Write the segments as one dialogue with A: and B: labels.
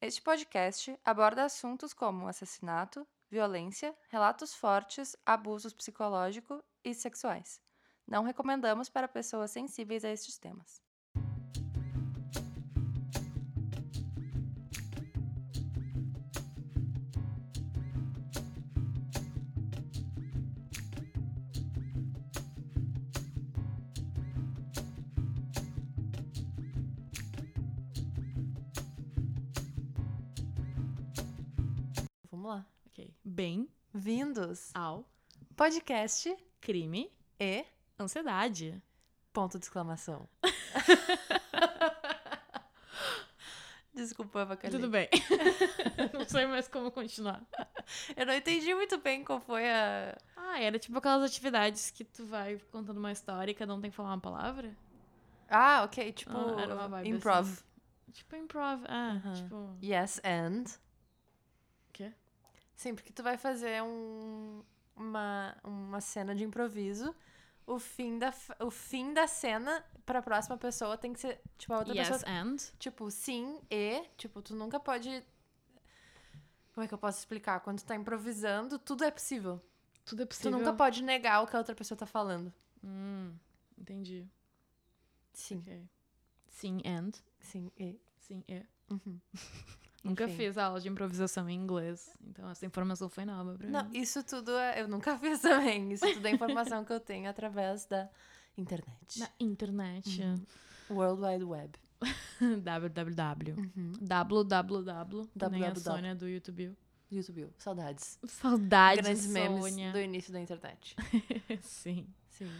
A: Este podcast aborda assuntos como assassinato, violência, relatos fortes, abusos psicológico e sexuais. Não recomendamos para pessoas sensíveis a estes temas. Vamos lá.
B: Ok. Bem
A: Vindos
B: ao
A: podcast
B: crime,
A: e
B: ansiedade.
A: ponto de exclamação. Desculpa, avacalhei.
B: Tudo bem. Não sei mais como continuar.
A: Eu não entendi muito bem qual foi a.
B: Ah, era tipo aquelas atividades que tu vai contando uma história e cada um tem que falar uma palavra.
A: Ah, ok, tipo
B: Ah, era uma vibe
A: improv.
B: assim. Tipo improv. Ah,
A: Aham.
B: tipo.
A: Yes and.
B: Quê?
A: Sim, porque tu vai fazer um, uma, uma cena de improviso. O fim da, f- o fim da cena pra próxima pessoa tem que ser. Tipo, a outra
B: yes
A: pessoa.
B: and.
A: Tipo, sim e. Tipo, tu nunca pode. Como é que eu posso explicar? Quando tu tá improvisando, tudo é possível.
B: Tudo é
A: Tu
B: possível.
A: nunca pode negar o que a outra pessoa tá falando.
B: Hum, entendi.
A: Sim,
B: Ok. Sim and.
A: sim e.
B: Sim e.
A: Uhum.
B: Nunca
A: Enfim.
B: fiz aula de improvisação em inglês, então essa informação foi nova pra
A: Não,
B: mim.
A: isso tudo é- eu nunca fiz também. Isso tudo é informação que eu tenho através da internet.
B: Na internet.
A: World Wide Web.
B: www.
A: Uhum.
B: www. que Nem a
A: www.
B: Sônia do YouTube.
A: YouTube, saudades.
B: Saudades,
A: grandes memes
B: Sônia.
A: do início da internet.
B: Sim.
A: Sim.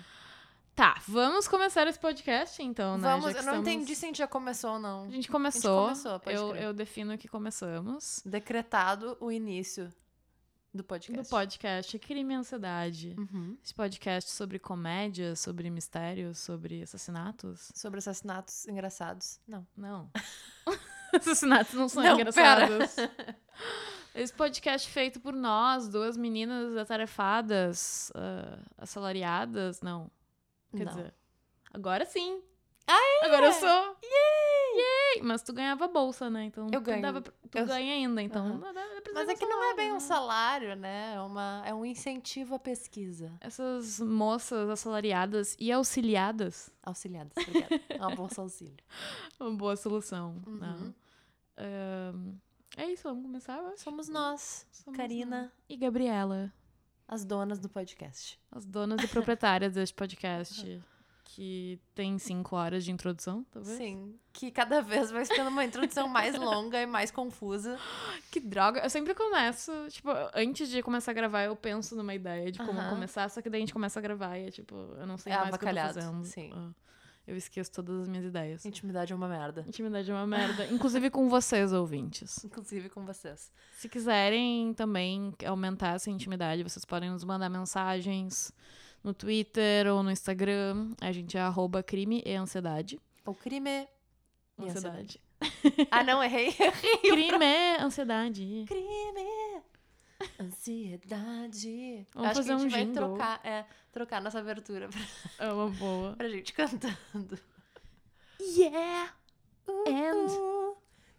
B: Tá, vamos começar esse podcast então, né?
A: Vamos,
B: Já
A: eu
B: que
A: não
B: estamos-
A: entendi se a gente já começou ou
B: A
A: não.
B: gente começou.
A: começou, pode
B: eu,
A: crer.
B: eu defino que começamos.
A: Decretado o início do podcast.
B: Do podcast Crime e Ansiedade.
A: Uhum.
B: Esse podcast sobre comédia, sobre mistérios, sobre assassinatos.
A: Sobre assassinatos engraçados. Não.
B: Não. Assassinatos não são
A: Não,
B: engraçados. Esse podcast feito por nós, duas meninas atarefadas, ah, assalariadas, não. Quer
A: não. é.
B: dizer, agora sim. Agora eu sou. Yay! Mas tu ganhava bolsa, né? Então
A: Eu
B: tu,
A: ganho.
B: dava pra- tu
A: Eu-
B: ganha ainda, então.
A: Aham.
B: dá- dá pra
A: Mas
B: dizer
A: é que não é
B: salário,
A: bem um
B: né?
A: salário, né? É, uma, é um incentivo à pesquisa.
B: Essas moças assalariadas e auxiliadas,
A: Auxiliadas, obrigada. É uma bolsa auxílio.
B: uma boa solução.
A: Uhum.
B: né? Ahn, é isso, vamos começar? eu acho.
A: Somos nós,
B: Somos
A: Karina,
B: nós. E Gabriela,
A: as donas do podcast.
B: as donas e proprietárias deste podcast, que tem cinco horas de introdução, talvez.
A: Sim. Que cada vez vai ficando uma introdução mais longa e mais confusa.
B: Que droga. Eu sempre começo, tipo, antes de começar a gravar, eu penso numa ideia de como
A: Aham.
B: começar, só que daí a gente começa a gravar e é tipo, eu não sei
A: É
B: mais o que eu tô
A: avacalhado,
B: fazendo.
A: sim.
B: Ah, Eu esqueço todas as minhas ideias.
A: Intimidade é uma merda.
B: Intimidade é uma merda. Inclusive com vocês, ouvintes.
A: Inclusive com vocês.
B: Se quiserem também aumentar essa intimidade, vocês podem nos mandar mensagens no Twitter ou no Instagram. A gente é arroba crime e ansiedade.
A: O crime. é E
B: Ansiedade.
A: Ah, não, errei.
B: Crime e ansiedade.
A: crime. é Ansiedade.
B: Vamos
A: Acho que
B: fazer
A: a gente
B: um
A: vai
B: jingle.
A: trocar, é, trocar nossa abertura pra,
B: É uma boa.
A: pra gente cantando.
B: Yeah! And...
A: Uh,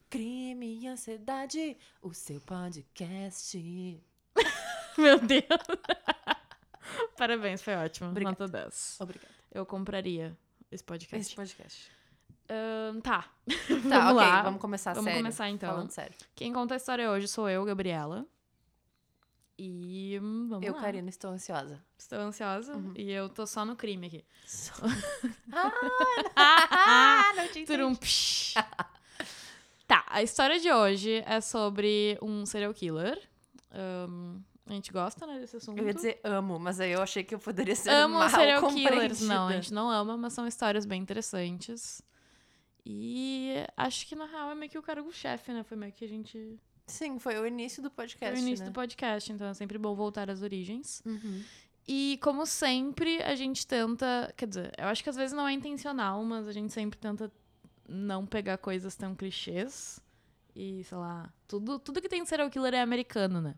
A: crime e ansiedade, o seu podcast.
B: Meu Deus. Parabéns, foi ótimo.
A: Obrigada.
B: Nota 10.
A: Obrigada.
B: Eu compraria esse podcast.
A: Esse podcast.
B: Ahn, tá.
A: Tá,
B: Vamos
A: ok,
B: lá.
A: vamos começar
B: Vamos
A: sério.
B: começar, então.
A: Falando sério.
B: Quem conta a história hoje sou eu, Gabriela. E hum, vamos
A: eu,
B: lá.
A: Karina, estou ansiosa.
B: Estou ansiosa e eu tô só no crime aqui.
A: ah, não tinha
B: Turum, psh. tá, a história de hoje é sobre um serial killer. Ahn, a gente gosta, né, desse assunto.
A: Eu ia dizer amo, mas aí eu achei que eu poderia ser
B: Amo
A: mal
B: serial killers.
A: compreendida.
B: Não, a gente não ama, mas são histórias bem interessantes. E acho que, na real, é meio que o cargo-chefe, né? Foi meio que a gente...
A: Sim, foi o início do podcast,
B: Foi o início
A: né?
B: do podcast, então é sempre bom voltar às origens.
A: Uhum.
B: E, como sempre, a gente tenta... Quer dizer, eu acho que às vezes não é intencional, mas a gente sempre tenta não pegar coisas tão clichês. E, sei lá, tudo, tudo que tem de serial killer é americano, né?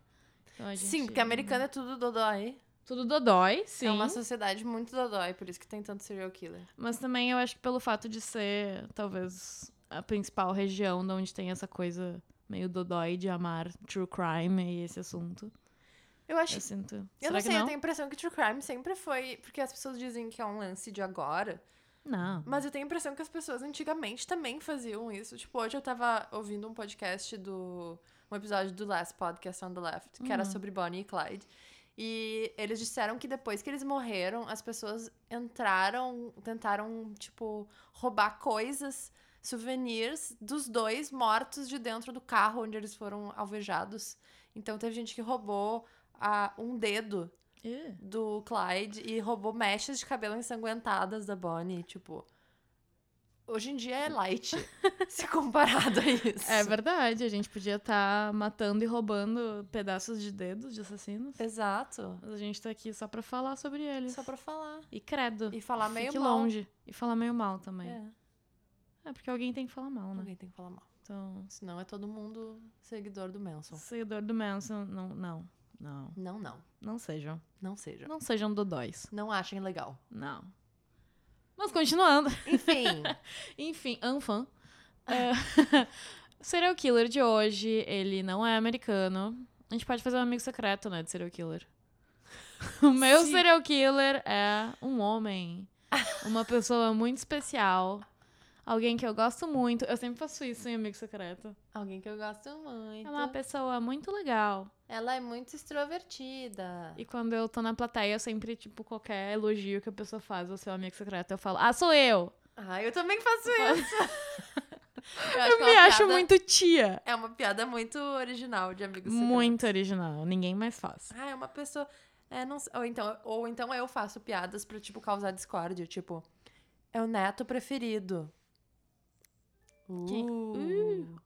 B: Então a
A: Sim,
B: gente-
A: porque americano é tudo dodói.
B: Tudo dodói, sim.
A: É uma sociedade muito dodói, por isso que tem tanto serial killer.
B: Mas também eu acho que pelo fato de ser, talvez, a principal região de onde tem essa coisa meio dodói de amar true crime e esse assunto.
A: Eu acho.
B: Eu sinto.
A: Eu
B: Será
A: não
B: que
A: sei,
B: não?
A: eu tenho a impressão que True Crime sempre foi. Porque as pessoas dizem que é um lance de agora.
B: Não.
A: Mas eu tenho a impressão que as pessoas antigamente também faziam isso. Tipo, hoje eu tava ouvindo um podcast do. Um episódio do Last Podcast on the Left, que era sobre Bonnie e Clyde. E eles disseram que depois que eles morreram, as pessoas entraram, tentaram, tipo, roubar coisas, souvenirs dos dois mortos de dentro do carro onde eles foram alvejados. Então teve gente que roubou ah, um dedo
B: Ih.
A: do Clyde e roubou mechas de cabelo ensanguentadas da Bonnie, tipo. Hoje em dia é light, se comparado a isso.
B: É verdade, a gente podia estar matando e roubando pedaços de dedos de assassinos.
A: Exato.
B: Mas a gente tá aqui só pra falar sobre eles.
A: É. Só pra falar.
B: E credo.
A: E falar meio
B: Fique
A: mal.
B: longe. E falar meio mal também. É.
A: É,
B: porque alguém tem que falar mal, né?
A: alguém tem que falar mal.
B: Então,
A: Senão é todo mundo seguidor do Manson.
B: seguidor do Manson, não, não, não.
A: Não, não.
B: Não sejam.
A: Não seja.
B: Não sejam dodóis.
A: Não achem legal.
B: Não. Mas continuando.
A: Enfim.
B: Enfim, Anfan. É, serial killer de hoje, ele não é americano. A gente pode fazer um amigo secreto, né, de serial killer. O meu
A: Sim.
B: serial killer é um homem. Uma pessoa muito especial. Alguém que eu gosto muito. Eu sempre faço isso em amigo secreto.
A: alguém que eu gosto muito.
B: É uma pessoa muito legal.
A: Ela é muito extrovertida.
B: E quando eu tô na plateia, eu sempre, tipo, qualquer elogio que a pessoa faz ao seu amigo secreto, eu falo, ah, sou eu!
A: Ah, eu também faço isso. eu acho
B: Eu
A: que é
B: me
A: uma
B: acho
A: piada-
B: muito tia.
A: É uma piada muito original de amigos secretos.
B: Muito original. Ninguém mais faz.
A: Ah, é uma pessoa. É, não sei- Ou então, ou então eu faço piadas pra, tipo, causar discórdia. Tipo, é o neto preferido.
B: Quem-
A: Uh.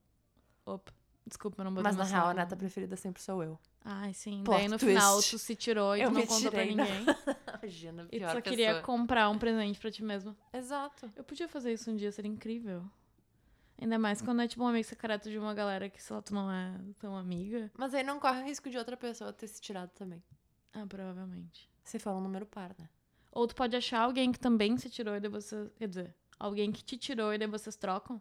B: Opa, desculpa, eu não botei
A: Mas
B: meu
A: na real, a
B: celular.
A: neta preferida sempre sou eu.
B: Ai, sim.
A: Plot
B: Daí no
A: twist.
B: final tu se tirou e
A: Eu
B: tu
A: me
B: não contou pra
A: tirei, não.
B: ninguém.
A: Imagina,
B: E tu
A: pior
B: só
A: pessoa.
B: queria comprar um presente pra ti mesma.
A: Exato.
B: Eu podia fazer isso um dia, seria incrível. Ainda mais quando é tipo um amigo secreto de uma galera que, sei lá, tu não é tão amiga.
A: Mas aí não corre o risco de outra pessoa ter se tirado também.
B: Ah, provavelmente.
A: Se for um número par, né?
B: Ou tu pode achar alguém que também se tirou e daí você. Quer dizer, alguém que te tirou e daí vocês trocam.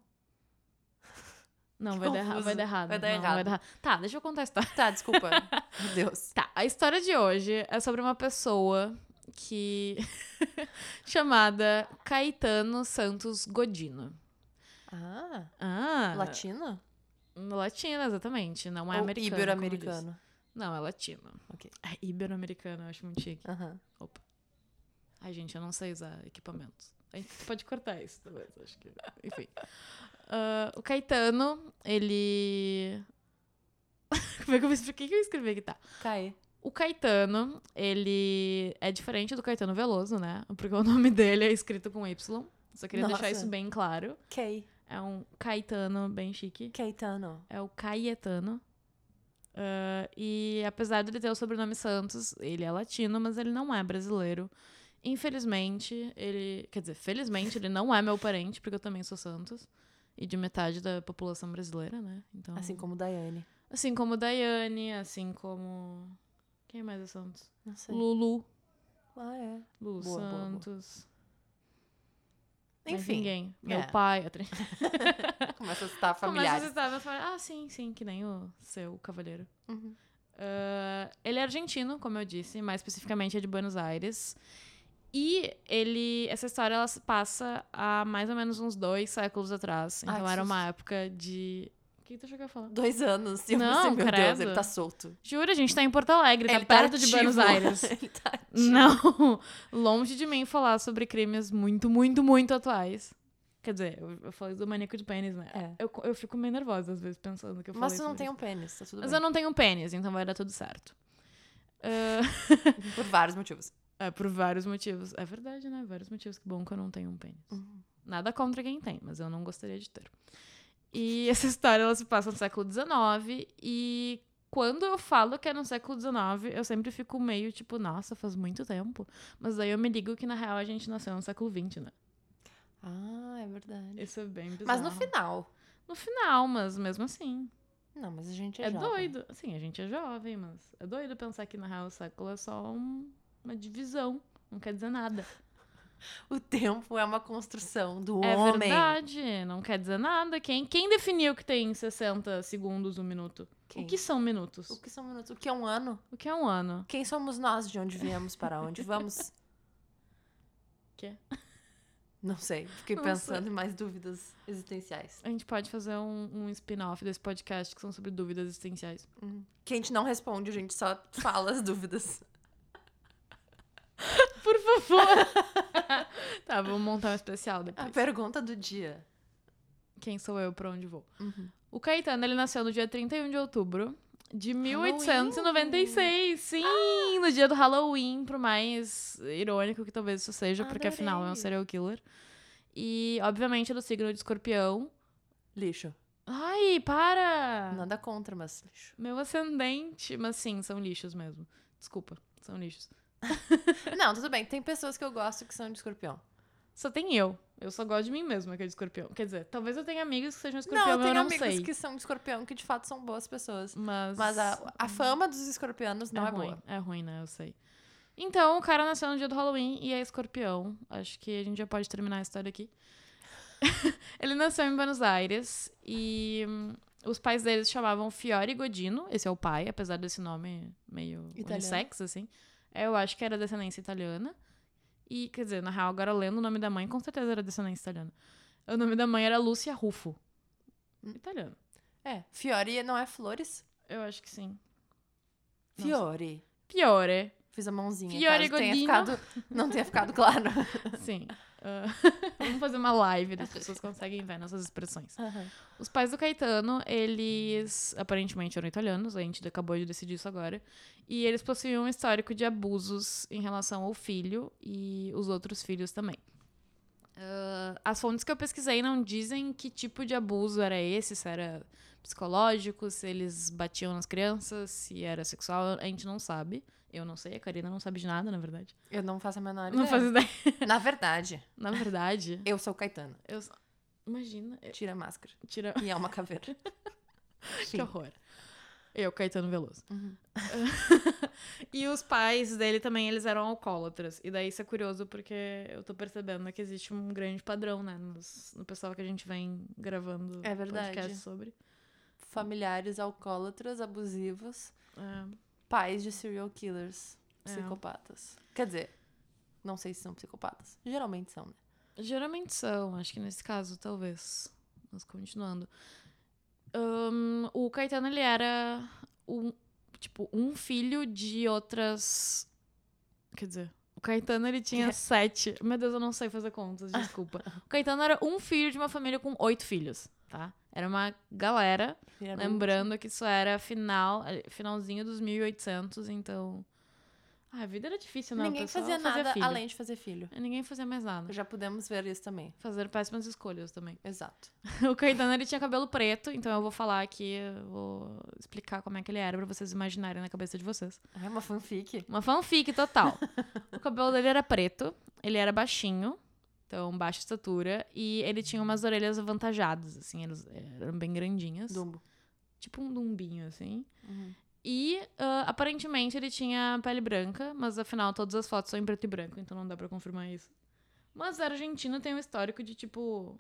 B: Não,
A: Que
B: vai dar, erra- vai
A: confuso.
B: dar errado.
A: Vai dar
B: não, Vai
A: errado.
B: dar... erra- Tá, deixa eu contar a história.
A: Tá, desculpa. Meu Deus.
B: Tá, a história de hoje é sobre uma pessoa que. chamada Caetano Santos Godino.
A: Ah,
B: Ah,
A: latino?
B: latino, exatamente. Não é
A: Ou
B: americano. como eu disse.
A: Ibero-americano.
B: Não, é latino.
A: Ok.
B: É ibero-americano, eu acho muito chique.
A: Aham.
B: Ai, gente, eu não sei usar equipamentos. A gente pode cortar isso, talvez. Acho que. Enfim. Ah, o Caetano, ele. Como é que eu expliquei? O que que eu escrevi aqui? Tá.
A: Cai.
B: O Caetano, ele é diferente do Caetano Veloso, né? Porque o nome dele é escrito com Y. Só queria deixar
A: Nossa.
B: isso bem claro.
A: Kay.
B: É um Caetano bem chique.
A: Caetano.
B: É o Caetano. Ah, e apesar de ele ter o sobrenome Santos, ele é latino, mas ele não é brasileiro. Infelizmente, ele. Quer dizer, felizmente, ele não é meu parente, porque eu também sou Santos. E de metade da população brasileira, né? Então,
A: Assim como Daiane.
B: assim como Daiane, assim como. Quem mais é Santos?
A: Não sei.
B: Lulu.
A: Ah, é.
B: Lu
A: Boa, boa, boa.
B: Santos. mais
A: Enfim.
B: Ninguém. Meu
A: é.
B: pai. Outra...
A: Começa a citar
B: Mas
A: familiares.
B: você tava falando. Ah, sim, sim, que nem o seu cavaleiro.
A: Uhum.
B: Ah, ele é argentino, como eu disse, mais especificamente é de Buenos Aires. E ele. Essa história ela se passa há mais ou menos uns dois séculos atrás.
A: Ai,
B: Então
A: que
B: era uma
A: susto.
B: época de. O que tu achou que eu ia falar?
A: Dois anos. E eu
B: Não,
A: pensei, meu Deus,
B: credo.
A: ele tá solto.
B: Jura, a gente tá em Porto Alegre, tá
A: Ele tá
B: perto de
A: ativo.
B: Buenos Aires.
A: ele tá ativo.
B: Não, longe de mim falar sobre crimes muito, muito, muito atuais. Quer dizer, eu, eu falei do maníaco de pênis, né?
A: É.
B: Eu, eu fico meio nervosa às vezes pensando que eu
A: Mas
B: falei
A: tu não
B: sobre
A: tem
B: isso.
A: um pênis, tá tudo
B: Mas eu
A: bem.
B: não tenho pênis, então vai dar tudo certo. Ah,
A: Por vários motivos.
B: é, por vários motivos. É verdade, né? Vários motivos. Que bom que eu não tenho um pênis.
A: Uhum.
B: Nada contra quem tem, mas eu não gostaria de ter. E essa história, ela se passa no século XIX. E quando eu falo que é no século XIX, eu sempre fico meio tipo, nossa, faz muito tempo. Mas daí eu me ligo que, na real, a gente nasceu no século XX, né?
A: Ah, é verdade.
B: Isso é bem bizarro.
A: Mas no final.
B: No final, mas mesmo assim.
A: Não, mas a gente é,
B: É,
A: jovem.
B: doido. Assim, a gente é jovem, mas é doido pensar que, na real, o século é só um- uma divisão. Não quer dizer nada.
A: O tempo é uma construção do
B: É
A: homem.
B: verdade, não quer dizer nada. Quem, quem definiu que tem 60 segundos, um minuto?
A: Quem?
B: O que são minutos?
A: O que são minutos? O que é um ano?
B: O que é um ano?
A: Quem somos nós? De onde viemos? Para onde vamos?
B: Quê?
A: Não sei. Fiquei
B: Não
A: pensando em mais dúvidas existenciais.
B: A gente pode fazer um, um spin-off desse podcast que são sobre dúvidas existenciais.
A: Que a gente não responde, a gente só fala as dúvidas.
B: Por favor! tá, vamos montar um especial
A: A
B: depois.
A: pergunta do dia.
B: Quem sou eu, pra onde vou?
A: Uhum.
B: O Caetano, ele nasceu no dia 31 de outubro de 1896.
A: Ah!
B: Sim, no dia do Halloween, pro mais irônico que talvez isso seja, porque afinal é um
A: Adorei.
B: serial killer. E, obviamente, é do signo de escorpião.
A: Lixo.
B: Ai, para!
A: Nada contra, mas lixo.
B: Meu ascendente. Mas sim, são lixos mesmo. Desculpa, são lixos.
A: Não, tudo bem. Tem pessoas que eu gosto que são de escorpião.
B: Só tem eu. Eu só gosto de mim mesma, que é de escorpião. Quer dizer, talvez eu tenha amigos que sejam escorpião,
A: não, eu
B: mas
A: tenho
B: eu não
A: amigos
B: sei.
A: que são de escorpião que de fato são boas pessoas.
B: Mas,
A: Mas a, a fama dos escorpianos não é,
B: ruim,
A: boa.
B: É ruim, né? Eu sei. Então, o cara nasceu no dia do Halloween e é escorpião. Acho que a gente já pode terminar a história aqui. Ele nasceu em Buenos Aires e hum, os pais dele se chamavam Fiore Godino. Esse é o pai, apesar desse nome meio
A: Italiano.
B: unissex, assim. Eu acho que era descendência italiana. E, quer dizer, na real, agora lendo o nome da mãe, com certeza era descendência italiana. O nome da mãe era Lúcia Rufo.
A: Hum.
B: Italiano.
A: É. Fiore não é flores?
B: Eu acho que sim. Não
A: Fiore.
B: Fiore.
A: Fiz a mãozinha.
B: Fiore
A: caso tenha
B: Godino.
A: ficado- não tenha ficado claro.
B: Sim. Ah, vamos fazer uma live das pessoas conseguem ver nossas expressões. Os pais do Caetano, eles aparentemente eram italianos, a gente acabou de decidir isso agora. E eles possuíam um histórico de abusos em relação ao filho e os outros filhos também. Ah, as fontes que eu pesquisei não dizem que tipo de abuso era esse, se era psicológico, se eles batiam nas crianças, se era sexual, a gente não sabe. Eu não sei, a Karina não sabe de nada, na verdade.
A: Eu não faço a menor ideia.
B: Não faz ideia.
A: Na verdade,
B: Na verdade,
A: eu sou Caetano.
B: Eu só- Imagina. eu-
A: Tira a máscara.
B: Tira.
A: E é uma caveira.
B: Que horror. Eu, Caetano Veloso.
A: Uhum.
B: e os pais dele também, eles eram alcoólatras. E daí isso é curioso porque eu tô percebendo que existe um grande padrão, né? nos- no pessoal que a gente vem gravando
A: É verdade.
B: podcast sobre.
A: Familiares alcoólatras, abusivos,
B: É,
A: pais de serial killers,
B: É.
A: psicopatas. Quer dizer, não sei se são psicopatas. Geralmente são, né?
B: geralmente são, acho que nesse caso, talvez. Mas continuando. Ahn, o Caetano, ele era um, tipo, um filho de outras. Quer dizer, o Caetano ele tinha sete. Meu Deus, eu não sei fazer contas, desculpa. O Caetano era um filho de uma família com oito filhos, tá? Era uma galera.
A: Geralmente-
B: Lembrando que isso era final, eh, finalzinho dos 1800, então. Ah, a vida era difícil, né? O
A: Ninguém
B: pessoal
A: fazia nada
B: filho.
A: além de fazer filho.
B: Ninguém fazia mais nada.
A: Já pudemos ver isso também.
B: Fazer péssimas escolhas também.
A: Exato.
B: O Caetano ele tinha cabelo preto, então eu vou falar aqui, eu vou explicar como é que ele era pra vocês imaginarem na cabeça de vocês.
A: É uma fanfic.
B: Uma fanfic total. o cabelo dele era preto, ele era baixinho, então baixa estatura, e ele tinha umas orelhas avantajadas, assim, elas eram bem grandinhas.
A: Dumbo.
B: Tipo um dumbinho, assim.
A: Uhum.
B: E ah, aparentemente ele tinha pele branca, mas afinal todas as fotos são em preto e branco, então não dá pra confirmar isso. Mas a Argentina tem um histórico de tipo.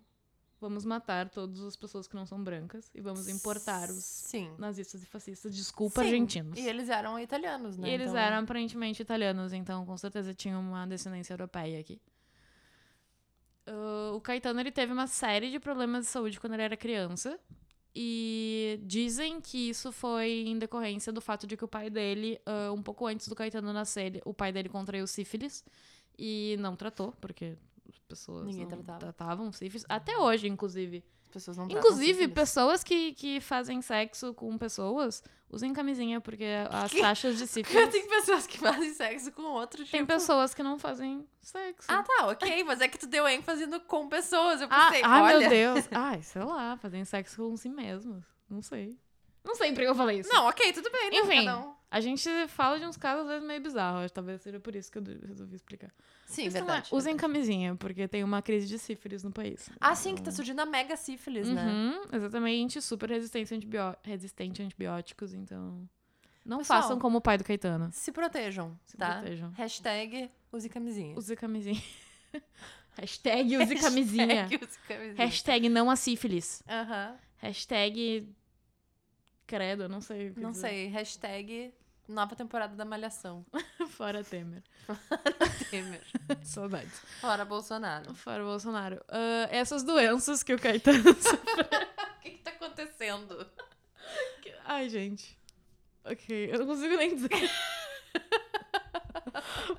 B: Vamos matar todas as pessoas que não são brancas e vamos importar os
A: Sim.
B: nazistas e fascistas. Desculpa,
A: Sim,
B: argentinos.
A: E eles eram italianos, né?
B: E eles
A: Então,
B: eram aparentemente italianos, então com certeza tinha uma descendência europeia aqui. Ah, o Caetano ele teve uma série de problemas de saúde quando ele era criança. E dizem que isso foi em decorrência do fato de que o pai dele, ah, um pouco antes do Caetano nascer, ele- o pai dele contraiu sífilis e não tratou, porque as pessoas
A: Ninguém
B: não
A: tratava.
B: tratavam sífilis. Até hoje, inclusive.
A: As pessoas não tratam
B: Inclusive,
A: sífilis.
B: pessoas que, que fazem sexo com pessoas usem camisinha, porque as
A: Que-
B: taxas de
A: Porque
B: sífilis.
A: tem pessoas que fazem sexo com outro tipo.
B: Tem pessoas que não fazem sexo.
A: Ah, tá, ok, mas é que tu deu ênfase no com pessoas. Eu
B: Ah,
A: pensei,
B: ah,
A: olha.
B: meu Deus. Ai, sei lá, fazem sexo com si mesmos. Não sei. Não sei por que eu falei isso.
A: Não, ok, tudo bem, né?
B: Enfim.
A: Cada um.
B: A gente fala de uns casos às vezes meio bizarros. Talvez seja por isso que eu resolvi explicar.
A: Sim,
B: Mas, sei lá,
A: verdade.
B: usem camisinha, porque tem uma crise de sífilis no país.
A: Ah, sim, que
B: Então.
A: tá surgindo a mega sífilis, né?
B: Uhum, exatamente, super resistente a, antibió- resistente a antibióticos, então. Não
A: Pessoal,
B: façam como o pai do Caetano.
A: Se protejam,
B: Se
A: tá?
B: protejam.
A: Hashtag use camisinha.
B: Use camisinha. Hashtag use camisinha.
A: Hashtag use camisinha.
B: Hashtag não a sífilis.
A: Aham.
B: Hashtag. Credo, eu não sei. o que
A: Não
B: dizer.
A: sei. Hashtag nova temporada da Malhação.
B: Fora Temer.
A: Temer.
B: Saudades.
A: Fora Bolsonaro.
B: Fora Bolsonaro. Ah, essas doenças que o Caetano.
A: O que que tá acontecendo?
B: Ai, gente. Ok, eu não consigo nem dizer.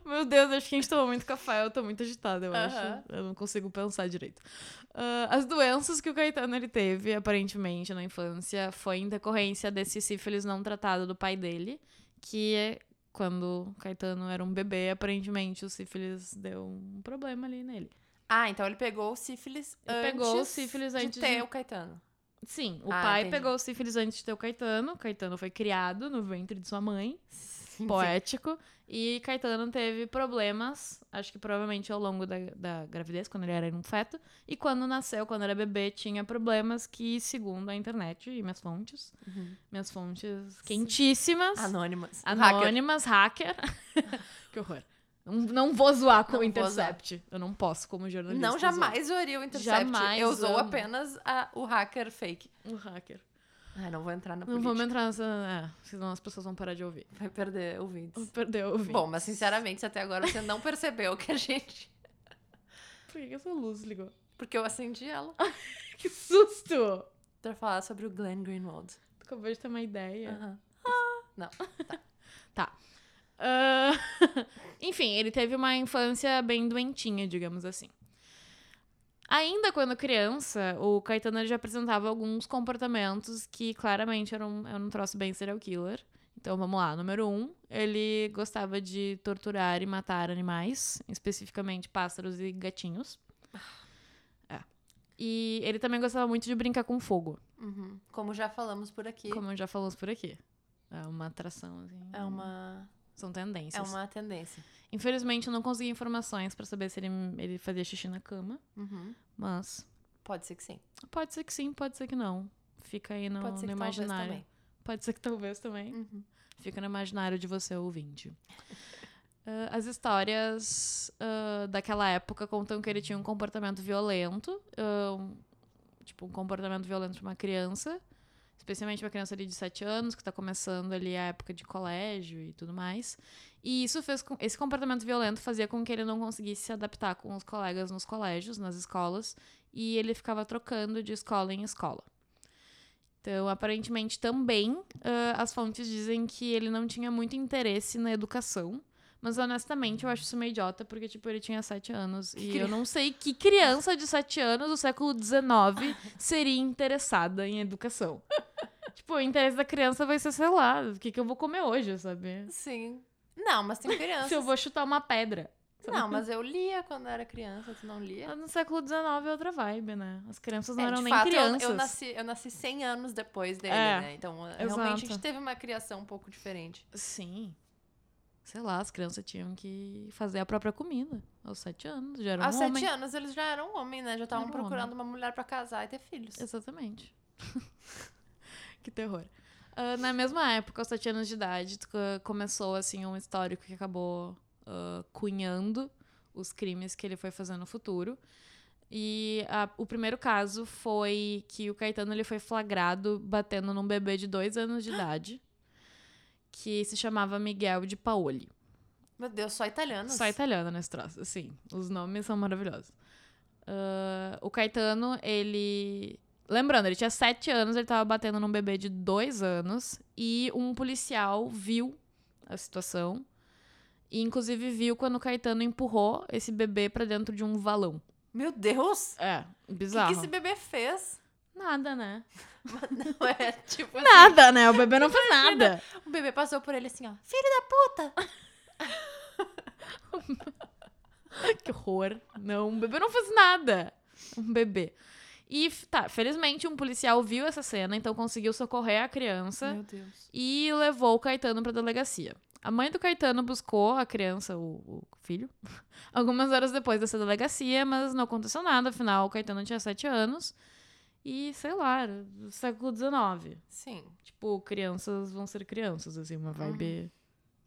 B: Meu Deus, acho que a gente tomou muito café, eu tô muito agitada, eu
A: Aham.
B: acho. Eu não consigo pensar direito. Ah, as doenças que o Caetano ele teve, aparentemente, na infância, foi em decorrência desse sífilis não tratado do pai dele, que é quando o Caetano era um bebê, aparentemente o sífilis deu um problema ali nele.
A: Ah, então ele pegou o sífilis
B: Ele
A: antes
B: pegou o sífilis antes
A: de ter
B: de-
A: o Caetano.
B: Sim, o
A: Ah,
B: pai
A: entendi.
B: pegou o sífilis antes de ter o Caetano, o Caetano foi criado no ventre de sua mãe.
A: Sim,
B: poético. E Caetano teve problemas, acho que provavelmente ao longo da, da gravidez, quando ele era um feto. E quando nasceu, quando era bebê, tinha problemas que, segundo a internet e minhas fontes,
A: Uhum.
B: minhas fontes quentíssimas,
A: Anônimas. Um hacker.
B: anônimas, hacker. que horror. Não, não vou zoar com
A: Não
B: o
A: vou
B: Intercept. Eu não posso, como jornalista.
A: Não,
B: zoar
A: jamais zoaria o Intercept.
B: Jamais
A: Eu zoo
B: amo.
A: apenas a- o hacker fake.
B: O hacker.
A: Ai, não vou entrar na
B: Não
A: política.
B: vamos entrar nessa. É, senão as pessoas vão parar de ouvir.
A: Vai perder ouvintes.
B: Perdeu o vídeo.
A: Bom, mas sinceramente, se até agora você não percebeu que a gente...
B: por que que essa luz ligou?
A: Porque eu acendi ela
B: Que susto!
A: pra falar sobre o Glenn Greenwald.
B: Tu acabou de ter uma ideia.
A: Aham.
B: Ah, Enfim, ele teve uma infância bem doentinha, digamos assim. Ainda quando criança, o Caetano já apresentava alguns comportamentos que claramente eram, eram um troço bem serial killer. Então vamos lá, número um, ele gostava de torturar e matar animais, especificamente pássaros e gatinhos.
A: Ah.
B: É. E ele também gostava muito de brincar com fogo,
A: Uhum. Como já falamos por aqui,
B: como já falamos por aqui. É uma atração, assim.
A: é uma
B: São tendências.
A: é uma tendência.
B: Infelizmente, eu não consegui informações pra saber se ele, ele fazia xixi na cama,
A: Uhum.
B: mas
A: Pode ser que sim.
B: pode ser que sim, pode ser que não. Fica aí no,
A: Pode ser
B: no
A: que
B: imaginário.
A: talvez
B: Pode ser que talvez também.
A: também. Uhum.
B: Fica no imaginário de você ouvinte. Ah, as histórias ah, daquela época contam que ele tinha um comportamento violento, ah, um- tipo, um comportamento violento pra uma criança, especialmente uma criança ali de 7 anos, que tá começando ali a época de colégio e tudo mais. E isso fez com. Esse comportamento violento fazia com que ele não conseguisse se adaptar com os colegas nos colégios, nas escolas, e ele ficava trocando de escola em escola. Então, aparentemente, também ah, as fontes dizem que ele não tinha muito interesse na educação. Mas honestamente, eu acho isso meio idiota, porque, tipo, ele tinha 7 anos. E eu não sei que criança de 7 anos do século XIX seria interessada em educação. tipo, o interesse da criança vai ser, sei lá, o que, que eu vou comer hoje, sabe?
A: Sim. Não, mas tem crianças.
B: Se eu vou chutar uma pedra.
A: Não, mas eu lia quando era criança, tu não lia?
B: No século XIX é outra vibe, né? As crianças não
A: É,
B: eram
A: de
B: nem
A: fato, eu-
B: crianças.
A: Eu, nasci, eu nasci 100 anos depois dele,
B: É,
A: né? Então, realmente, a
B: exato.
A: gente teve uma criação um pouco diferente.
B: Sim. Sei lá, as crianças tinham que fazer a própria comida. Aos sete anos, já era
A: Aos
B: um
A: 7
B: homem.
A: anos, eles já eram homem, né? Já estavam
B: Era um homem.
A: procurando uma mulher pra casar e ter filhos.
B: Exatamente. que terror. Ah, na mesma época, aos sete anos de idade, tu co- começou assim um histórico que acabou ah, cunhando os crimes que ele foi fazer no futuro. E a- o primeiro caso foi que o Caetano ele foi flagrado batendo num bebê de dois anos de idade, que se chamava Miguel de Paoli.
A: Meu Deus, só italianos.
B: Só italiana nesse troço, assim. Os nomes são maravilhosos. Ah, o Caetano, ele. Lembrando, ele tinha sete anos, ele tava batendo num bebê de dois anos e um policial viu a situação. E inclusive viu quando o Caetano empurrou esse bebê pra dentro de um valão.
A: Meu Deus!
B: É,
A: O que,
B: bizarro.
A: que esse bebê fez?
B: Nada, né?
A: Mas não é tipo assim,
B: Nada, né? O bebê não fez nada.
A: O bebê passou por ele assim, ó. Filho da puta!
B: Que horror. Não, um bebê não fez nada. Um bebê. E, f- tá, felizmente um policial viu essa cena, então conseguiu socorrer a criança
A: Meu Deus.
B: e levou o Caetano pra delegacia. A mãe do Caetano buscou a criança, o, o filho, algumas horas depois dessa delegacia, mas não aconteceu nada, afinal o Caetano tinha sete anos e, sei lá, era do século XIX.
A: Sim.
B: Tipo, crianças vão ser crianças, assim, uma vibe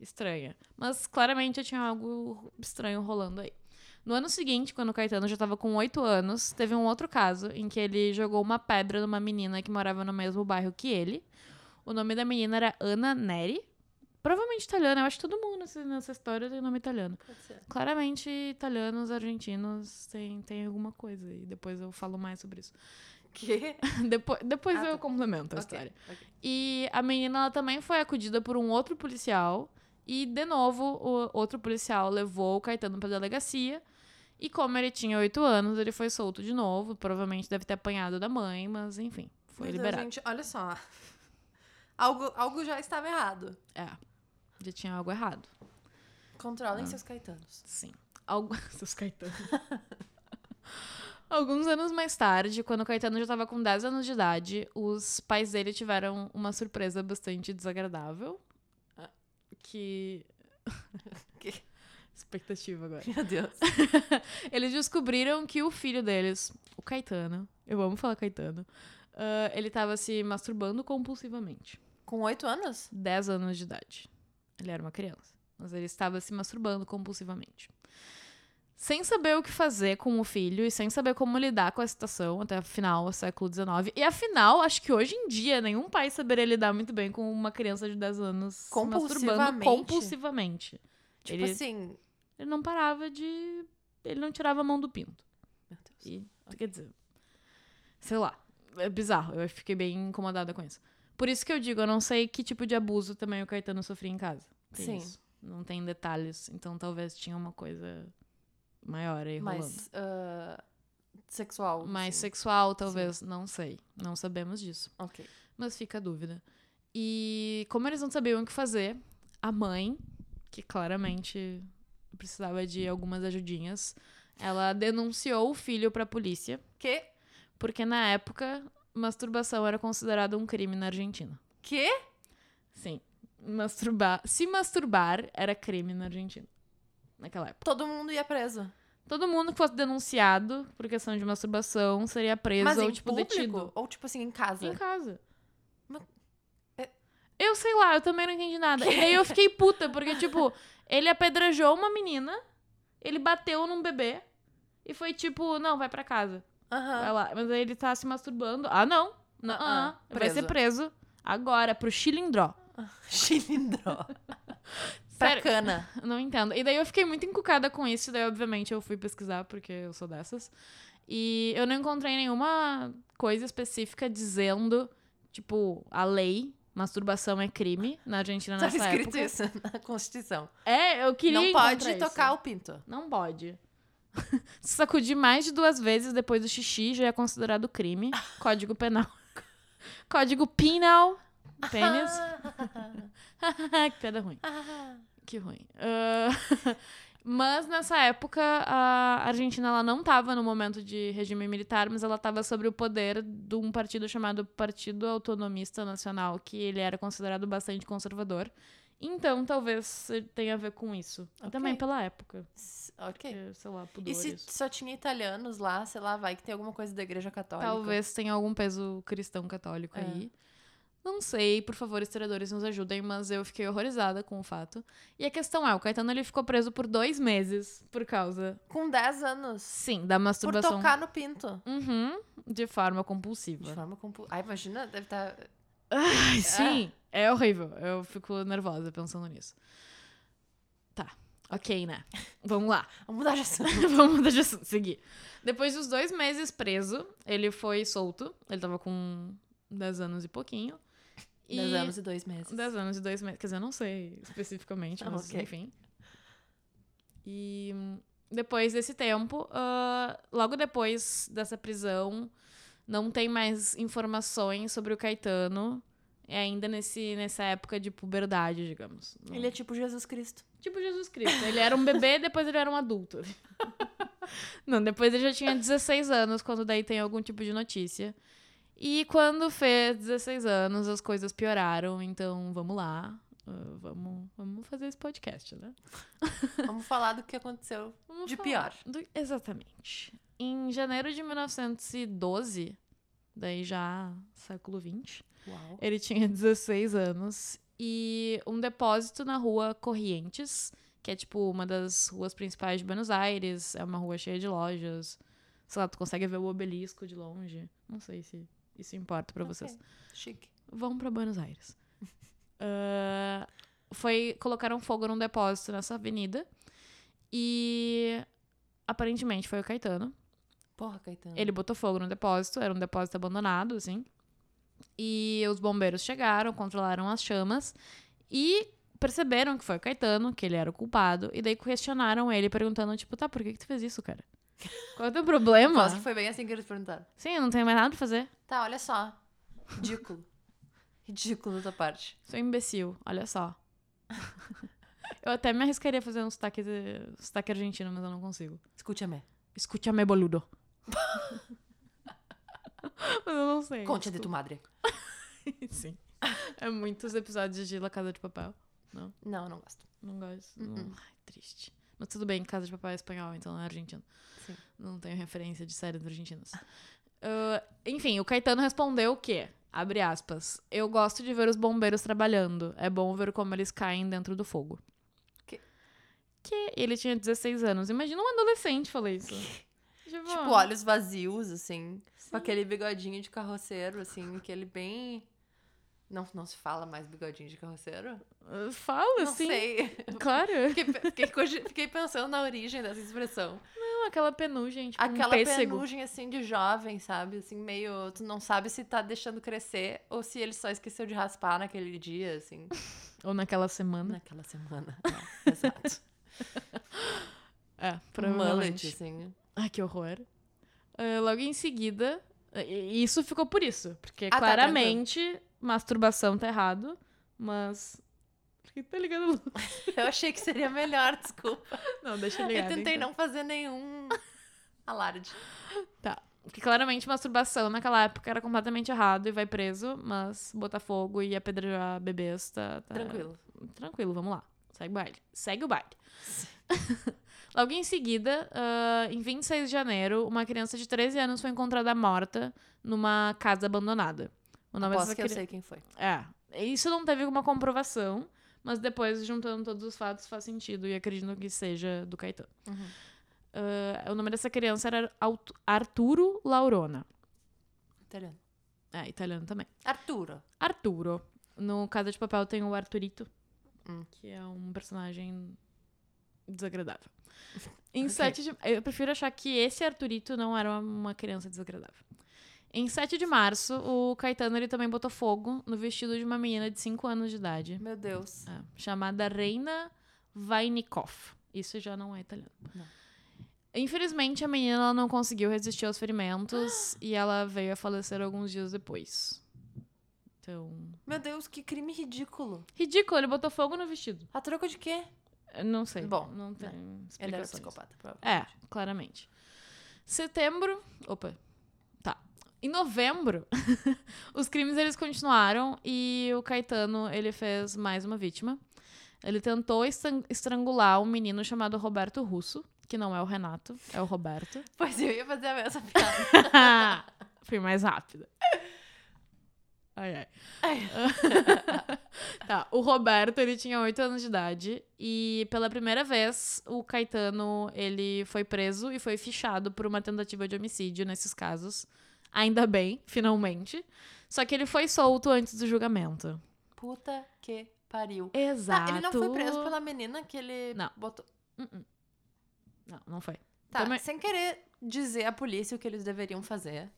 B: estranha. Mas claramente tinha algo estranho rolando aí. No ano seguinte, quando o Caetano já tava com 8 anos, teve um outro caso em que ele jogou uma pedra numa menina que morava no mesmo bairro que ele. O nome da menina era Ana Neri. Provavelmente italiana, eu acho que todo mundo nessa, nessa história tem nome italiano.
A: Pode ser.
B: Claramente, italianos, argentinos, tem, tem alguma coisa. E depois eu falo mais sobre isso.
A: Que?
B: Depois, depois
A: Ah,
B: eu
A: tá.
B: complemento
A: Ok,
B: a história.
A: ok.
B: E a menina ela também foi acudida por um outro policial. E, de novo, o outro policial levou o Caetano pra delegacia. E como ele tinha oito anos, ele foi solto de novo. Provavelmente deve ter apanhado da mãe, mas enfim, foi
A: Meu Deus,
B: liberado.
A: gente, olha só. Algo, algo já estava errado.
B: É. Já tinha algo errado. Ah.
A: Controlem seus caetanos.
B: Sim. Algu... Seus Caetano. Alguns anos mais tarde, quando o Caetano já estava com 10 anos de idade, os pais dele tiveram uma surpresa bastante desagradável. Ah, Que.
A: Que?
B: Expectativa agora.
A: Meu Deus.
B: Eles descobriram que o filho deles, o Caetano, eu amo falar Caetano, ah, ele estava se masturbando compulsivamente.
A: Com oito anos?
B: 10 anos de idade. Ele era uma criança, mas ele estava se masturbando compulsivamente. Sem saber o que fazer com o filho e sem saber como lidar com a situação até a final do século XIX. E afinal, acho que hoje em dia nenhum pai saberia lidar muito bem com uma criança de 10 anos se masturbando
A: Compulsivamente?
B: compulsivamente.
A: Tipo
B: Ele-
A: assim.
B: Ele não parava de. Ele não tirava a mão do pinto.
A: Meu Deus.
B: E, Quer dizer, sei lá, é bizarro. Eu fiquei bem incomodada com isso. Por isso que eu digo, eu não sei que tipo de abuso também o Caetano sofria em casa. Tem
A: Sim.
B: isso. Não tem detalhes, então talvez tinha uma coisa maior aí rolando.
A: mais ah, sexual.
B: Mais
A: assim.
B: sexual, talvez, não sei. Não sabemos disso.
A: Ok.
B: Mas fica a dúvida. E como eles não sabiam o que fazer, a mãe, que claramente precisava de algumas ajudinhas, ela denunciou o filho pra polícia.
A: Que?
B: Porque na época, masturbação era considerado um crime na Argentina.
A: Que?
B: Sim. Masturbar, se masturbar era crime na Argentina. Naquela época.
A: Todo mundo ia preso.
B: Todo mundo que fosse denunciado por questão de masturbação seria preso
A: Mas
B: ou,
A: em
B: tipo,
A: público?
B: detido.
A: Ou tipo assim, em casa?
B: Em casa.
A: Mas- é
B: Eu sei lá, eu também não entendi nada. E aí eu fiquei puta, porque, tipo, ele apedrejou uma menina, ele bateu num bebê e foi tipo, não, vai pra casa.
A: Aham.
B: Vai lá. Mas aí ele tá se masturbando. Ah, não. Não,
A: Ah, ah.
B: Vai ser preso. Agora, pro Chilindró.
A: Chilindró. pra
B: Sério.
A: cana.
B: Eu Não entendo. E daí eu fiquei muito encucada com isso. Daí, obviamente, eu fui pesquisar, porque eu sou dessas. E eu não encontrei nenhuma coisa específica dizendo, tipo, a lei, masturbação é crime na Argentina
A: Tá
B: nessa
A: escrito
B: época.
A: isso na Constituição.
B: É, eu queria
A: Não pode
B: encontrar
A: tocar
B: isso.
A: o pinto.
B: Não pode. Se sacudir mais de duas vezes depois do xixi já é considerado crime. Código penal. Código penal. Pênis. que piada ruim.
A: Ah,
B: Que ruim. Ah, mas nessa época, a Argentina ela não estava no momento de regime militar, mas ela estava sobre o poder de um partido chamado Partido Autonomista Nacional, que ele era considerado bastante conservador. Então, talvez tenha a ver com isso. E Também
A: Ok.
B: pela época.
A: s- ok.
B: que, Sei lá,
A: E
B: pudores.
A: se só tinha italianos lá, sei lá, vai que tem alguma coisa da igreja católica.
B: Talvez tenha algum peso cristão católico
A: É.
B: aí. Não sei, por favor, historiadores nos ajudem, mas eu fiquei horrorizada com o fato. E a questão é, o Caetano ele ficou preso por dois meses por causa,
A: Com 10 anos.
B: sim, da
A: Por
B: masturbação.
A: tocar no pinto.
B: Uhum, de forma
A: De
B: compulsiva.
A: forma compu... Ai, imagina, deve tá, estar...
B: Ai, sim,
A: Ah.
B: é horrível. Eu fico nervosa pensando nisso. Tá, ok, né? Vamos lá.
A: Vamos mudar de assunto.
B: Vamos mudar de assunto, seguir. Depois dos dois meses preso, ele foi solto. Ele tava com 10 anos e pouquinho.
A: 10 anos e 2 meses.
B: 10 anos e dois meses. Quer dizer, eu não sei especificamente,
A: Ah,
B: mas
A: ok.
B: enfim. E hum, depois desse tempo, ah, logo depois dessa prisão, não tem mais informações sobre o Caetano. É ainda nesse, nessa época de puberdade, digamos. Não-
A: Ele é tipo Jesus Cristo.
B: Tipo Jesus Cristo. Ele era um bebê, depois ele era um adulto. Não, depois ele já tinha 16 anos, quando daí tem algum tipo de notícia. E quando fez 16 anos, as coisas pioraram, então vamos lá. ah, vamos, vamos fazer esse podcast, né?
A: Vamos falar do que aconteceu.
B: Vamos
A: De
B: falar
A: pior.
B: do- Exatamente. Em janeiro de 1912, daí já século 20,
A: Uau.
B: ele tinha 16 anos e um depósito na rua Corrientes, que é tipo uma das ruas principais de Buenos Aires, é uma rua cheia de lojas. Sei lá, tu consegue ver o obelisco de longe. Não sei se isso importa pra vocês.
A: Chique.
B: Vão pra Buenos Aires. Ah, foi colocaram fogo num depósito nessa avenida e aparentemente foi o Caetano.
A: Porra, Caetano.
B: Ele botou fogo no depósito, era um depósito abandonado, assim. E os bombeiros chegaram, controlaram as chamas e perceberam que foi o Caetano, que ele era o culpado, e daí questionaram ele, perguntando, tipo, tá, por que, que tu fez isso, cara? Qual é o teu problema?
A: Nossa, que foi bem assim que eles perguntaram.
B: Sim, eu não tenho mais nada pra fazer.
A: Tá, olha só. Ridículo. Ridículo da tua parte.
B: Sou imbecil, olha só. eu até me arriscaria a fazer um sotaque, sotaque argentino, mas eu não consigo.
A: Escute-me.
B: Escute a me boludo. Mas eu não sei.
A: Conte de tu madre.
B: Sim. É muitos episódios de La Casa de Papel.
A: Não, eu não gosto.
B: Não gosto.
A: Uh-uh.
B: Não. Ai, triste. Mas tudo bem, Casa de Papel é espanhol, então não é argentino.
A: Sim.
B: Não tenho referência de séries argentinas. Ah, enfim, o Caetano respondeu o quê? Abre aspas. Eu gosto de ver os bombeiros trabalhando. É bom ver como eles caem dentro do fogo.
A: Que-
B: Que ele tinha 16 anos. Imagina um adolescente falar isso.
A: Tipo, olhos vazios, assim. Com aquele bigodinho de carroceiro, assim. Aquele bem... Não, não se fala mais bigodinho de carroceiro?
B: ah, Fala,
A: não
B: assim.
A: sei.
B: Claro.
A: Fiquei, pe- fiquei cogi- fiquei pensando na origem dessa expressão.
B: Não, aquela penugem, tipo um
A: Aquela
B: pêssego.
A: penugem, assim, de jovem, sabe? Assim, meio... Tu não sabe se tá deixando crescer ou se ele só esqueceu de raspar naquele dia, assim.
B: Ou naquela semana.
A: Naquela semana. É, Exato.
B: É,
A: Mullet,
B: provavelmente.
A: assim.
B: Ai, que horror. Ah, logo em seguida, ah, e- e isso ficou por isso. Porque
A: tá,
B: claramente masturbação tá errado, mas... Por que tá ligando a luz?
A: Eu achei que seria melhor, desculpa.
B: Não, deixa
A: Eu
B: ligado.
A: tentei
B: então.
A: não fazer nenhum alarde.
B: Porque claramente masturbação naquela época era completamente errado e vai preso, mas botar fogo e apedrejar bebês tá... tá-
A: Tranquilo.
B: tranquilo, vamos lá. Segue o baile. Segue o baile. Logo em seguida, ah, em 26 de janeiro, uma criança de 13 anos foi encontrada morta numa casa abandonada. O nome
A: Aposto
B: dessa
A: que eu
B: cri-
A: sei quem foi.
B: É. Isso não teve uma comprovação, mas depois, juntando todos os fatos, faz sentido e acredito que seja do Caetano.
A: Uhum.
B: Ah, o nome dessa criança era Aut- Arturo Laurona.
A: Italiano.
B: É, italiano também.
A: Arturo.
B: Arturo. No Casa de Papel tem o Arturito,
A: Hum.
B: que é um personagem desagradável. Em 7 de... Eu prefiro achar que esse Arturito não era uma criança desagradável. Em 7 de março, o Caetano ele também botou fogo no vestido de uma menina de 5 anos de idade,
A: Meu Deus.
B: é, chamada Reina Vainikov. Isso já não é italiano.
A: Não.
B: Infelizmente, a menina ela não conseguiu resistir aos ferimentos e ela veio a falecer alguns dias depois. Então,
A: Meu Deus, que crime ridículo.
B: Ridículo, ele botou fogo no vestido.
A: A troco de quê?
B: Eu Não sei.
A: Bom, né.
B: não tem
A: Ele era
B: explicações.
A: psicopata,
B: É,
A: provavelmente.
B: claramente. Setembro, opa. Tá. Em novembro, os crimes eles continuaram e o Caetano, ele fez mais uma vítima. Ele tentou estan- estrangular um menino chamado Roberto Russo, que não é o Renato, é o Roberto.
A: Pois eu ia fazer a mesma piada.
B: Fui mais rápida. Ai, ai. tá, o Roberto, ele tinha 8 anos de idade e pela primeira vez o Caetano, ele foi preso e foi fichado por uma tentativa de homicídio nesses casos. Ainda bem, finalmente. Só que ele foi solto antes do julgamento.
A: Puta que pariu.
B: Exato.
A: Ah, ele não foi preso pela menina que ele
B: Não.
A: botou.
B: Não, não foi.
A: Tá,
B: Também-
A: sem querer dizer à polícia o que eles deveriam fazer.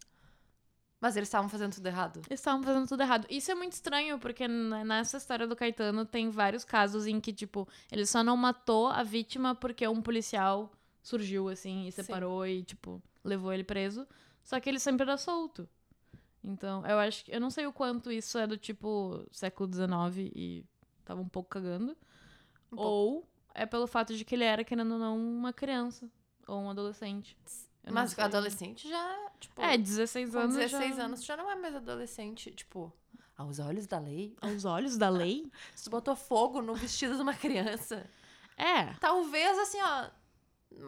A: Mas eles estavam fazendo tudo errado.
B: Eles estavam fazendo tudo errado. Isso é muito estranho, porque n- nessa história do Caetano tem vários casos em que, tipo, ele só não matou a vítima porque um policial surgiu, assim, e
A: Sim.
B: separou e, tipo, levou ele preso. Só que ele sempre era solto. Então, eu acho que. Eu não sei o quanto isso é do tipo século XIX e tava um pouco cagando.
A: Um pouco.
B: ou é pelo fato de que ele era, querendo ou não, uma criança. Ou um adolescente. Eu não
A: Mas
B: sei.
A: adolescente já, tipo,
B: É, 16
A: com
B: anos.
A: 16
B: já...
A: anos já não é mais adolescente, tipo, aos olhos da lei.
B: Aos olhos da lei?
A: Se tu botou fogo no vestido de uma criança,
B: É.
A: talvez assim, ó,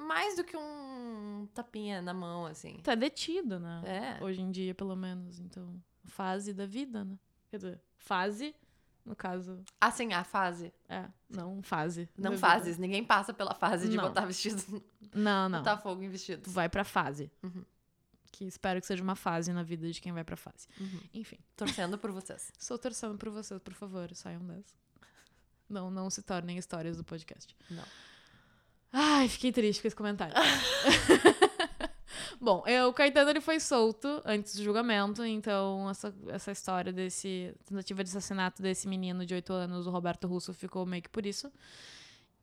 A: mais do que um tapinha na mão, assim.
B: tá detido, né?
A: É.
B: Hoje em dia, pelo menos. Então, fase da vida, né? Quer dizer, fase No caso,
A: Assim, a fase.
B: é, não fase. da
A: Não
B: vida.
A: fases. Ninguém passa pela fase de
B: Não.
A: botar vestido,
B: Não, não.
A: botar fogo em vestido.
B: Tu vai pra fase.
A: Então- Uhum.
B: Que espero que seja uma fase na vida de quem vai pra fase.
A: Uhum.
B: Enfim,
A: Torcendo por vocês.
B: estou torcendo por vocês, por favor, saiam dessa. Não, não se tornem histórias do podcast.
A: Não.
B: Ai, fiquei triste com esse comentário. Bom, eh, o Caetano ele foi solto antes do julgamento, então essa, essa história desse tentativa de assassinato desse menino de 8 anos, o Roberto Russo, ficou meio que por isso.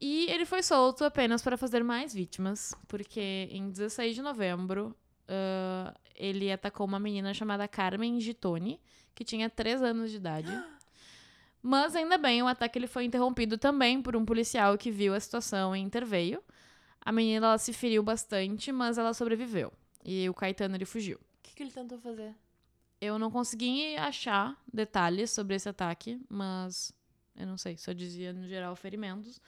B: E ele foi solto apenas para fazer mais vítimas, porque em 16 de novembro ah, ele atacou uma menina chamada Carmen Gitoni, que tinha 3 anos de idade. Mas ainda bem, o ataque ele foi interrompido também por um policial que viu a situação e interveio. A menina ela se feriu bastante, mas ela sobreviveu. E o Caetano ele fugiu.
A: O que, que ele tentou fazer?
B: Eu não consegui achar detalhes sobre esse ataque, mas eu não sei, só dizia no geral ferimentos.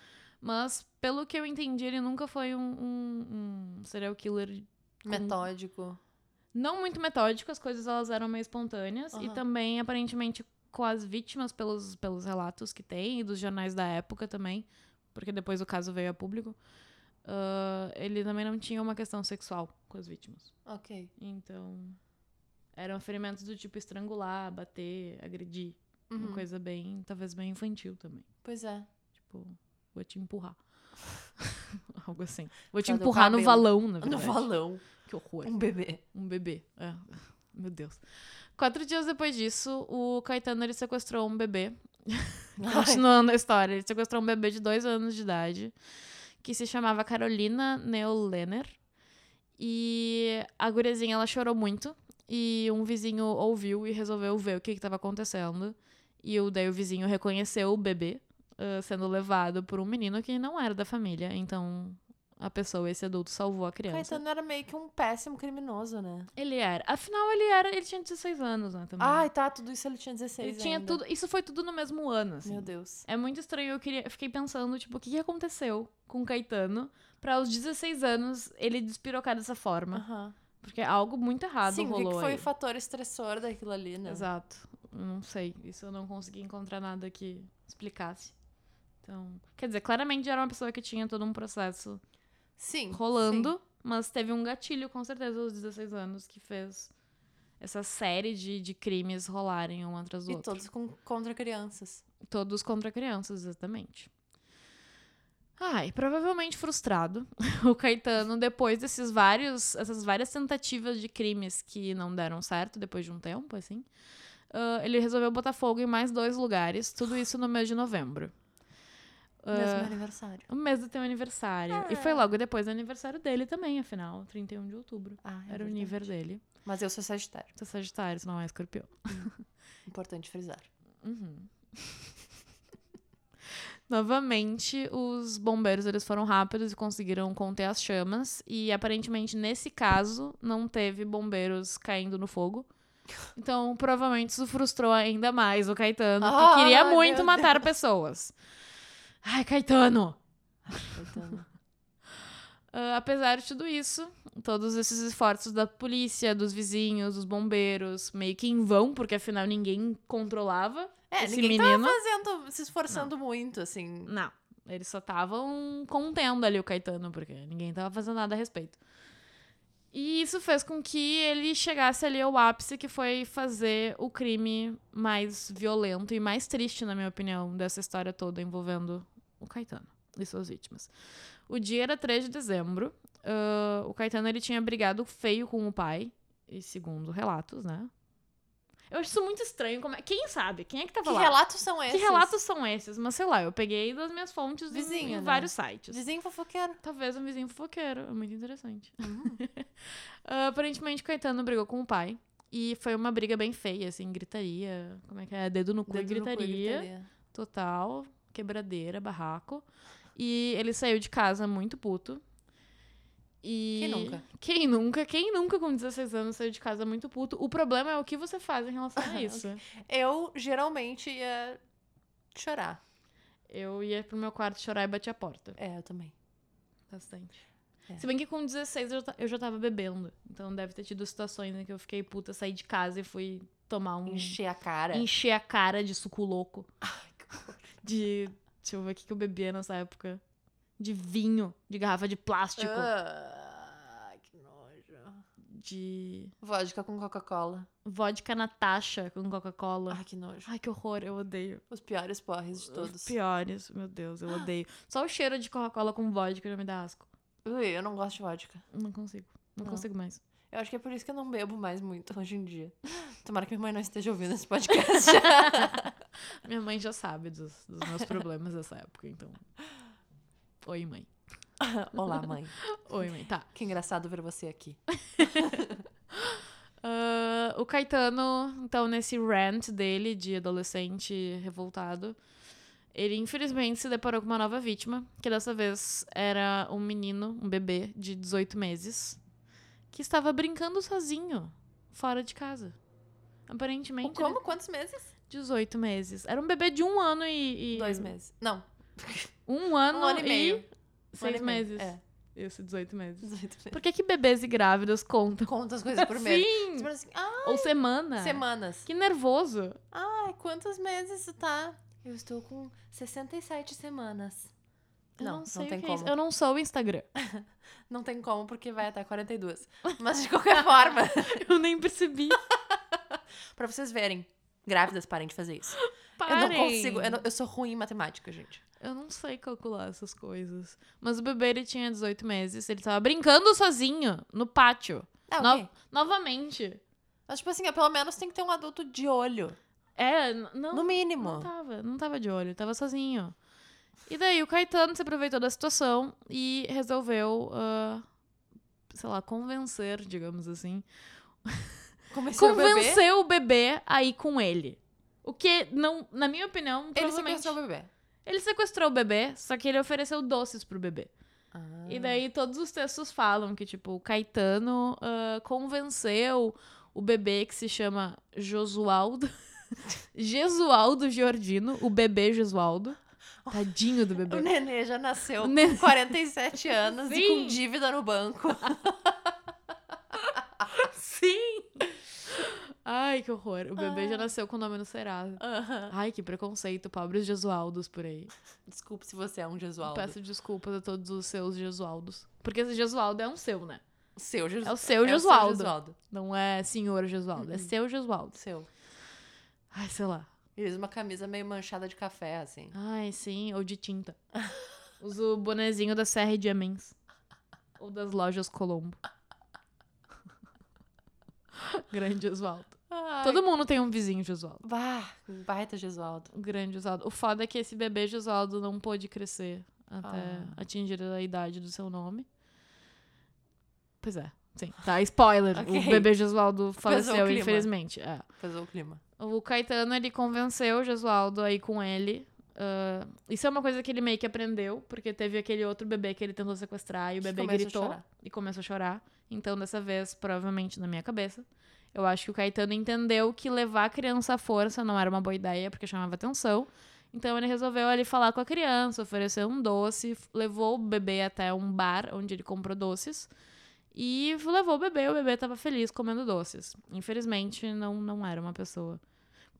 B: Mas pelo que eu entendi, ele nunca foi um, um- um serial killer Com-
A: Metódico.
B: não muito metódico, as coisas elas eram meio espontâneas e
A: Aham.
B: também aparentemente com as vítimas pelos, pelos relatos que tem e dos jornais da época também, porque depois o caso veio a público. ah, ele também não tinha uma questão sexual com as vítimas.
A: Ok.
B: Então, eram ferimentos do tipo estrangular, bater, agredir. Uma
A: Uhum.
B: coisa bem, talvez bem infantil também.
A: Pois é.
B: Tipo, vou te empurrar. Algo assim. Vou te
A: Fazer o
B: empurrar no
A: cabelo.
B: valão, na
A: No
B: verdade.
A: valão.
B: Que horror.
A: Um bebê.
B: Um bebê. É. Meu Deus. Quatro dias depois disso, o Caetano ele sequestrou um bebê. Continuando a história, ele sequestrou um bebê de dois anos de idade que se chamava Carolina Neolener. E a guriazinha ela chorou muito. E um vizinho ouviu e resolveu ver o que estava acontecendo. E o, daí o vizinho reconheceu o bebê ah, sendo levado por um menino que não era da família. Então a pessoa, esse adulto, salvou a criança.
A: Caetano era meio que um péssimo criminoso, né?
B: Ele era. Afinal, ele era. Ele tinha 16 anos, né? Também.
A: Ai, tá, tudo isso ele tinha
B: ele
A: 16
B: tinha
A: ainda.
B: tudo. Isso foi tudo no mesmo ano, assim.
A: Meu Deus.
B: É muito estranho. Eu, queria, eu fiquei pensando, tipo, o que, que aconteceu com o Caetano pra aos 16 anos ele despirocar dessa forma?
A: Aham.
B: Porque algo muito errado
A: Ah. Sim, o que que
B: rolou
A: foi
B: aí.
A: o fator estressor daquilo ali, né?
B: Ah, Exato. Eu não sei. Isso eu não consegui encontrar nada que explicasse. Então, quer dizer, claramente já era uma pessoa que tinha todo um processo
A: Sim.
B: rolando, mas teve um gatilho, com certeza, aos 16 anos, que fez essa série de, de crimes rolarem um atrás
A: sim.
B: do
A: E
B: outro.
A: todos com, contra crianças.
B: Todos contra crianças, exatamente. Ai, provavelmente frustrado, o Caetano, depois desses vários, essas várias tentativas de crimes que não deram certo depois de um tempo, assim, ah, ele resolveu botar fogo em mais dois lugares, tudo isso no mês de novembro. Ah,
A: Mesmo aniversário.
B: O mês do teu aniversário. E
A: É.
B: foi logo depois do aniversário dele também, afinal, 31 de outubro.
A: Ah, é
B: Era o
A: verdade.
B: nível dele.
A: Mas eu sou sagitário.
B: Tu é Sagitário, tu não é escorpião.
A: Importante frisar.
B: Uhum. Novamente, os bombeiros eles foram rápidos e conseguiram conter as chamas. E aparentemente, nesse caso, não teve bombeiros caindo no fogo. Então, provavelmente, isso frustrou ainda mais o Caetano,
A: Ah,
B: que queria
A: meu
B: muito matar pessoas. Ai, Caetano!
A: Caetano.
B: Ah, apesar de tudo isso, todos esses esforços da polícia, dos vizinhos, dos bombeiros, meio que em vão, porque afinal ninguém controlava
A: É,
B: esse
A: ninguém
B: menino.
A: tava fazendo, se esforçando muito, assim.
B: Não. Eles só estavam contendo ali o Caetano, porque ninguém tava fazendo nada a respeito. E isso fez com que ele chegasse ali ao ápice, que foi fazer o crime mais violento e mais triste, na minha opinião, dessa história toda envolvendo o Caetano e suas vítimas. O dia era 3 de dezembro. ah, o Caetano ele tinha brigado feio com o pai, e segundo relatos, né? Eu acho isso muito estranho. Como é- Quem sabe? Quem é que tava
A: Ah, Que
B: lá?
A: relatos são esses?
B: Que relatos são esses? Mas sei lá, eu peguei das minhas fontes em- em
A: Vizinho, né?
B: vários sites.
A: Vizinho fofoqueiro.
B: Talvez um vizinho fofoqueiro, é muito interessante.
A: Uhum.
B: Ah, aparentemente, Caetano brigou com o pai. E foi uma briga bem feia, assim, gritaria. Como é que é? Dedo no cu e
A: Dedo no cu e
B: gritaria. Total, quebradeira, barraco. E ele saiu de casa muito puto. E...
A: Quem nunca?
B: Quem nunca? Quem nunca com 16 anos saiu de casa muito puto? O problema é o que você faz em relação a isso.
A: Eu geralmente ia chorar.
B: Eu ia pro meu quarto chorar e bati a porta.
A: É, eu também.
B: Bastante.
A: É.
B: Se bem que com 16 eu, ta- eu já tava bebendo. Então deve ter tido situações em que eu fiquei puta, saí de casa e fui tomar um.
A: Encher a cara.
B: encher a cara de suco louco. de. Deixa eu ver o que que eu bebia nessa época. De vinho, de garrafa de plástico,
A: Ah, que nojo.
B: de
A: Vodka com Coca-Cola.
B: vodka Natasha com Coca-Cola.
A: Ai, que nojo.
B: Ai, que horror, eu odeio.
A: Os piores porres de todos. Ah.
B: Os piores, meu Deus, eu odeio. Só o cheiro de Coca-Cola com vodka já me dá asco.
A: Ui, eu não gosto de vodka.
B: Não consigo. Não,
A: Não.
B: consigo mais.
A: Eu acho que é por isso que eu não bebo mais muito hoje em dia. Tomara que minha mãe não esteja ouvindo esse podcast.
B: Minha mãe já sabe dos, dos meus problemas dessa época, então. Oi, mãe.
A: Olá, mãe.
B: Oi, mãe. Tá.
A: Que engraçado ver você aqui.
B: Ah, o Caetano, então, nesse rant dele de adolescente revoltado, ele infelizmente se deparou com uma nova vítima, que dessa vez era um menino, um bebê de 18 meses, que estava brincando sozinho, fora de casa. Aparentemente,
A: O como? Quantos meses?
B: ele- 18 meses. Era um bebê de um ano e. e-
A: Dois meses. Não,
B: Um ano,
A: um ano e meio. Um ano
B: Seis
A: e meio.
B: meses.
A: É,
B: Isso, 18 meses.
A: 18 meses.
B: Por que, que bebês e grávidas contam?
A: Conta as coisas por mês. Você
B: Sim!
A: fala assim, ah,
B: Ou semana.
A: semanas.
B: Que nervoso.
A: Ai, quantos meses tu tá? Eu estou com 67 semanas.
B: Eu
A: Não,
B: não,
A: não
B: sei
A: tem
B: o que é isso.
A: como.
B: Eu não sou o Instagram.
A: Não tem como, porque vai até 42. Mas de qualquer forma,
B: Eu nem percebi.
A: pra vocês verem, grávidas parem de fazer isso. Eu não
B: Parem.
A: consigo, eu, não- eu sou ruim em matemática, gente.
B: Eu não sei calcular essas coisas. Mas o bebê, ele tinha 18 meses. Ele tava brincando sozinho no pátio.
A: É, ok.
B: No- Novamente.
A: Mas tipo assim, é, pelo menos tem que ter um adulto de olho.
B: É, n- não,
A: no mínimo.
B: não tava. Não tava de olho. Tava sozinho. E daí o Caetano se aproveitou da situação e resolveu, ah, sei lá, convencer, digamos assim,
A: Comecei a beber.
B: convenceu o bebê a ir com ele. O que, não, na minha opinião,
A: Ele
B: provavelmente...
A: sequestrou o bebê.
B: Ele sequestrou o bebê, só que ele ofereceu doces pro bebê.
A: Ah.
B: E daí todos os textos falam que, tipo, o Caetano ah, convenceu o bebê que se chama Josualdo. Jesualdo Giordino, o bebê Jesualdo. Tadinho do
A: O
B: bebê.
A: nenê já nasceu
B: O nenê-
A: com 47 anos e
B: Sim.
A: com dívida no banco. assim?
B: Sim! Ai, que horror. O bebê
A: Ah.
B: já nasceu com o nome no Serasa.
A: Aham.
B: Ai, que preconceito. Pobres Jesualdos por aí.
A: Desculpe se você é um Jesualdo.
B: Peço desculpas a todos os seus Jesualdos. Porque esse Jesualdo é um seu, né?
A: Seu Jesualdo.
B: É o seu
A: É o seu
B: Jesualdo.
A: Jesualdo.
B: Não é senhor Jesualdo, é seu Jesualdo.
A: Seu.
B: Ai, sei lá.
A: Ele usa uma camisa meio manchada de café, assim.
B: Ai, sim, ou de tinta. Uso o bonezinho da Serra de Amens. Ou das lojas Colombo. Grande Jesualdo. Todo mundo tem um vizinho Jesualdo.
A: Bah, um baita Jesualdo.
B: O Grande Jesualdo. O foda é que esse bebê Jesualdo não pôde crescer até
A: Ah.
B: atingir a idade do seu nome. Pois é, sim. Tá, spoiler. O
A: Ok.
B: bebê Jesualdo faleceu,
A: clima.
B: infelizmente. É.
A: Fez o clima.
B: O Caetano, ele convenceu o Jesualdo aí com ele. Ah, isso é uma coisa que ele meio que aprendeu, porque teve aquele outro bebê que ele tentou sequestrar e o
A: Que
B: bebê
A: começou a
B: gritou
A: chorar.
B: e começou a chorar. Então, dessa vez, provavelmente na minha cabeça, eu acho que o Caetano entendeu que levar a criança à força não era uma boa ideia, porque chamava atenção. Então, ele resolveu ali falar com a criança, ofereceu um doce, f- levou o bebê até um bar onde ele comprou doces. E levou o bebê, o bebê tava feliz comendo doces. Infelizmente, não, não era uma pessoa.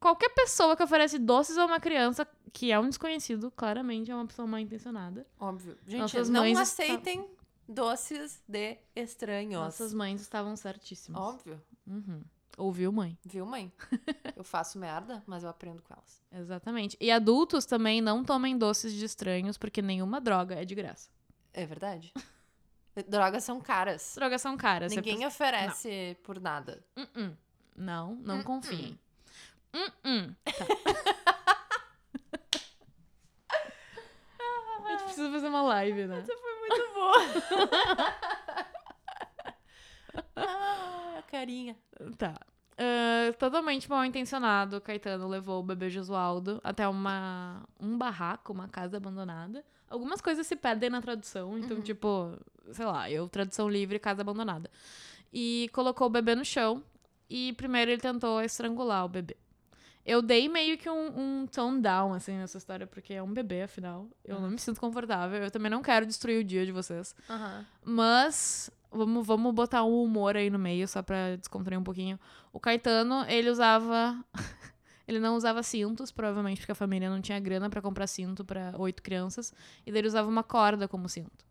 B: Qualquer pessoa que oferece doces a uma criança que é um desconhecido, claramente é uma pessoa mal intencionada.
A: Óbvio. Gente,
B: Nossas
A: não
B: mães
A: aceitem doces de estranhos.
B: Nossas mães estavam certíssimas.
A: Óbvio.
B: Uhum. Ouviu, mãe?
A: Viu, mãe? Eu faço merda, mas eu aprendo com elas.
B: Exatamente. E adultos também não tomem doces de estranhos, porque nenhuma droga é de graça.
A: É verdade. Drogas é assim. são caras.
B: As drogas são caras. se a
A: Ninguém oferece por nada.
B: Uh-uh. Não, não confiem. Uh-uh. Tá. A gente precisa fazer uma live, né?
A: Muito boa. ah, carinha.
B: Tá. Ah, totalmente mal intencionado, o Caetano levou o bebê Josualdo até uma, um barraco, uma casa abandonada. Algumas coisas se perdem na tradução, então, tipo, sei lá, eu, tradução livre, casa abandonada. E colocou o bebê no chão e primeiro ele tentou estrangular o bebê. Eu dei meio que um, um tone down, assim, nessa história, porque é um bebê, afinal. Eu não me sinto confortável. Eu também não quero destruir o dia de vocês.
A: Aham.
B: Mas vamos, vamos botar um humor aí no meio, só pra descontrair um pouquinho. O Caetano, ele usava. ele Ele não usava cintos, provavelmente porque a família não tinha grana pra comprar cinto pra oito crianças. E daí ele usava uma corda como cinto.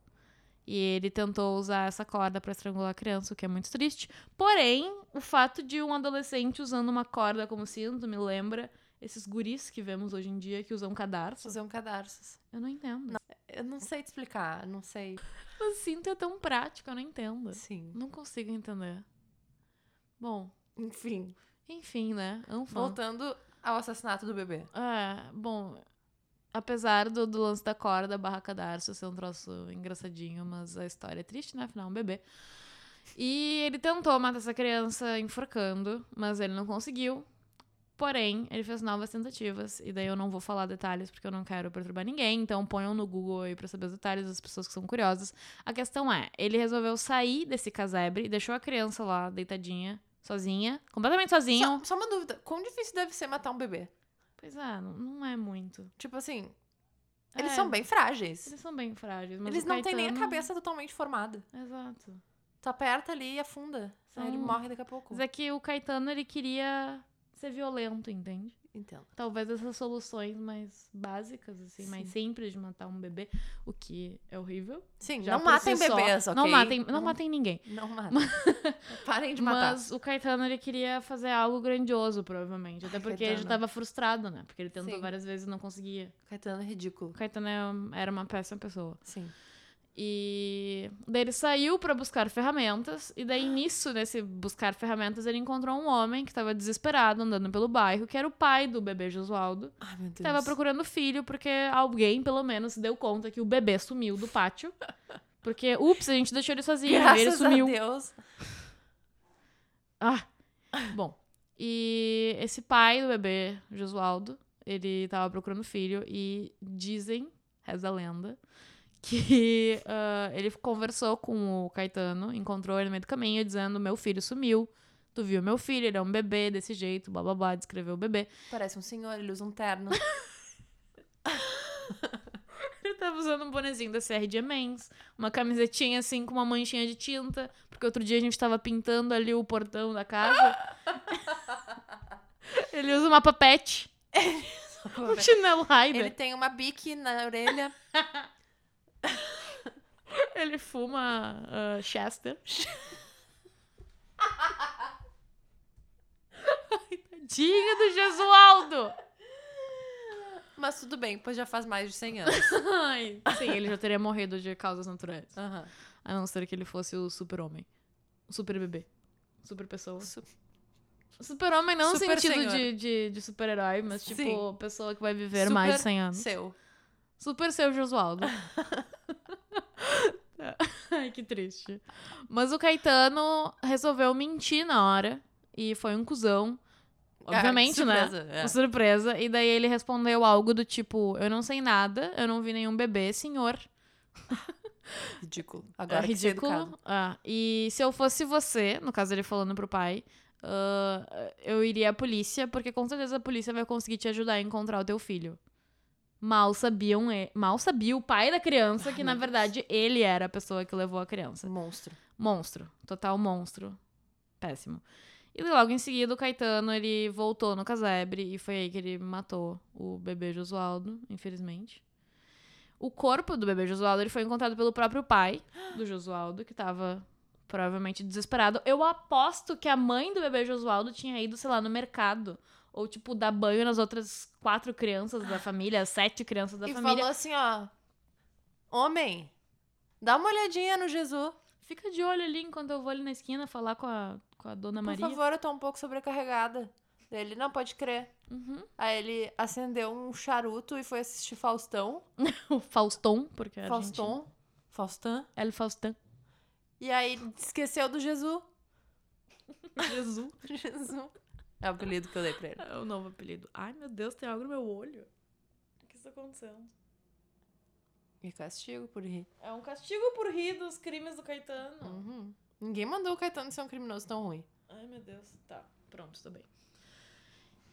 B: E ele tentou usar essa corda pra estrangular a criança, o que é muito triste. Porém, o fato de um adolescente usando uma corda como cinto me lembra esses guris que vemos hoje em dia que usam cadarço.
A: Fazer um cadarços.
B: Eu não entendo.
A: Eu não sei te explicar, não sei.
B: O cinto é tão prático, eu não entendo.
A: Sim.
B: Não consigo entender. Bom,
A: Enfim,
B: enfim, né? Anfã.
A: voltando ao assassinato do bebê.
B: É, bom, apesar do, do lance da corda barra cadarço ser um troço engraçadinho, mas a história é triste, né? Afinal, é um bebê. E ele tentou matar essa criança enforcando, mas ele não conseguiu. Porém, ele fez novas tentativas, e daí eu não vou falar detalhes porque eu não quero perturbar ninguém, então ponham no Google aí pra saber os detalhes das pessoas que são curiosas. A questão é, ele resolveu sair desse casebre e deixou a criança lá, deitadinha, sozinha, completamente sozinha.
A: Só, só uma dúvida, quão difícil deve ser matar um bebê?
B: Pois é, não, não é muito.
A: Tipo assim, eles
B: É,
A: são bem frágeis.
B: Eles são bem frágeis, mas
A: Eles
B: o
A: não têm nem a
B: Caetano-
A: cabeça totalmente formada.
B: Exato.
A: Tu aperta ali e afunda. Senão ele
B: São-
A: morre daqui a pouco.
B: Mas é que o Caetano, ele queria ser violento, entende?
A: Entendo.
B: Talvez essas soluções mais básicas, assim, mais simples de matar um bebê, o que é horrível.
A: Sim,
B: Já
A: não
B: por
A: matem
B: si só-
A: bebês, ok?
B: Não matem, não, matem ninguém.
A: Não matem. Parem de matar.
B: Mas o Caetano, ele queria fazer algo grandioso, provavelmente. Até
A: Ai,
B: porque ele já
A: Caetano.
B: tava frustrado, né? Porque ele tentou
A: Sim.
B: várias vezes e não conseguia.
A: Caetano é ridículo.
B: O Caetano é- era uma péssima pessoa.
A: Sim.
B: E daí ele saiu pra buscar ferramentas. E daí, nisso, nesse buscar ferramentas, ele encontrou um homem que tava desesperado andando pelo bairro, que era o pai do bebê Josualdo.
A: Ai, meu Deus.
B: Tava procurando filho, porque alguém, pelo menos, se deu conta que o bebê sumiu do pátio. Porque, ups, a gente deixou ele sozinho,
A: Graças
B: ele sumiu.
A: a Deus.
B: Ah. Bom. E esse pai do bebê, Josualdo, ele tava procurando filho e dizem, reza a lenda, que ah, ele conversou com o Caetano, encontrou ele no meio do caminho, dizendo: Meu filho sumiu, tu viu meu filho, ele é um bebê desse jeito, blá blá blá, descreveu o bebê.
A: Parece um senhor, ele usa um terno.
B: Ele tava usando um bonezinho da CRD Mens, uma camisetinha assim com uma manchinha de tinta, porque outro dia a gente tava pintando ali o portão da casa. ele usa uma papete. Um chinelo Raider.
A: ele
B: Ele...
A: tem uma bique na orelha.
B: fuma ah, Chester. Ai, Tadinho do Jesualdo!
A: Mas tudo bem, pois já faz mais de 100 anos.
B: Ai, sim, ele já teria morrido de causas naturais.
A: Aham.
B: A não ser que ele fosse o super-homem. O super-bebê. Super-pessoa.
A: Su-
B: Super-homem não
A: Super
B: no sentido
A: senhor.
B: de, de, de super-herói, mas tipo,
A: Sim.
B: pessoa que vai viver mais de
A: Super
B: 100 anos.
A: Seu.
B: Super seu Josualdo. Tá. Ai, que triste. Mas o Caetano resolveu mentir na hora. E foi um cuzão. Obviamente,
A: ah,
B: né?
A: surpresa,
B: Uma surpresa. E daí ele respondeu algo do tipo: Eu não sei nada, eu não vi nenhum bebê, senhor.
A: É. Ridículo. Agora
B: é
A: que ser
B: ridículo.
A: educado.
B: Ah, e se eu fosse você, no caso ele falando pro pai, ah, eu iria à polícia, porque com certeza a polícia vai conseguir te ajudar a encontrar o teu filho. Mal sabiam, e- mal sabia o pai da criança que,
A: Ai,
B: na
A: Ah, meu Deus.
B: verdade, ele era a pessoa que levou a criança.
A: Monstro.
B: Monstro. Total monstro. Péssimo. E logo em seguida, o Caetano, ele voltou no casebre e foi aí que ele matou o bebê Josualdo, infelizmente. O corpo do bebê Josualdo, ele foi encontrado pelo próprio pai do Josualdo, que tava provavelmente desesperado. Eu aposto que a mãe do bebê Josualdo tinha ido, sei lá, no mercado. Ou, tipo, dar banho nas outras quatro crianças da família, sete crianças da
A: e
B: família.
A: falou assim, ó. Homem, dá uma olhadinha no Jesus.
B: Fica de olho ali enquanto eu vou ali na esquina falar com a, com a dona Maria.
A: Por favor, eu tô um pouco sobrecarregada. Ele, não pode crer.
B: Uhum.
A: Aí ele acendeu um charuto e foi assistir Faustão.
B: O Fauston, porque era É argentino.
A: Faustão. Faustão.
B: El Faustan.
A: E aí esqueceu do Jesus.
B: Jesus.
A: Jesus. É o apelido que eu dei pra ele.
B: É o novo apelido. Ai, meu Deus, tem algo no meu olho. O que está acontecendo?
A: E castigo por rir.
B: É um castigo por rir dos crimes do Caetano.
A: Uhum. Ninguém mandou o Caetano ser um criminoso tão ruim.
B: Ai, meu Deus. Tá, pronto, estou bem.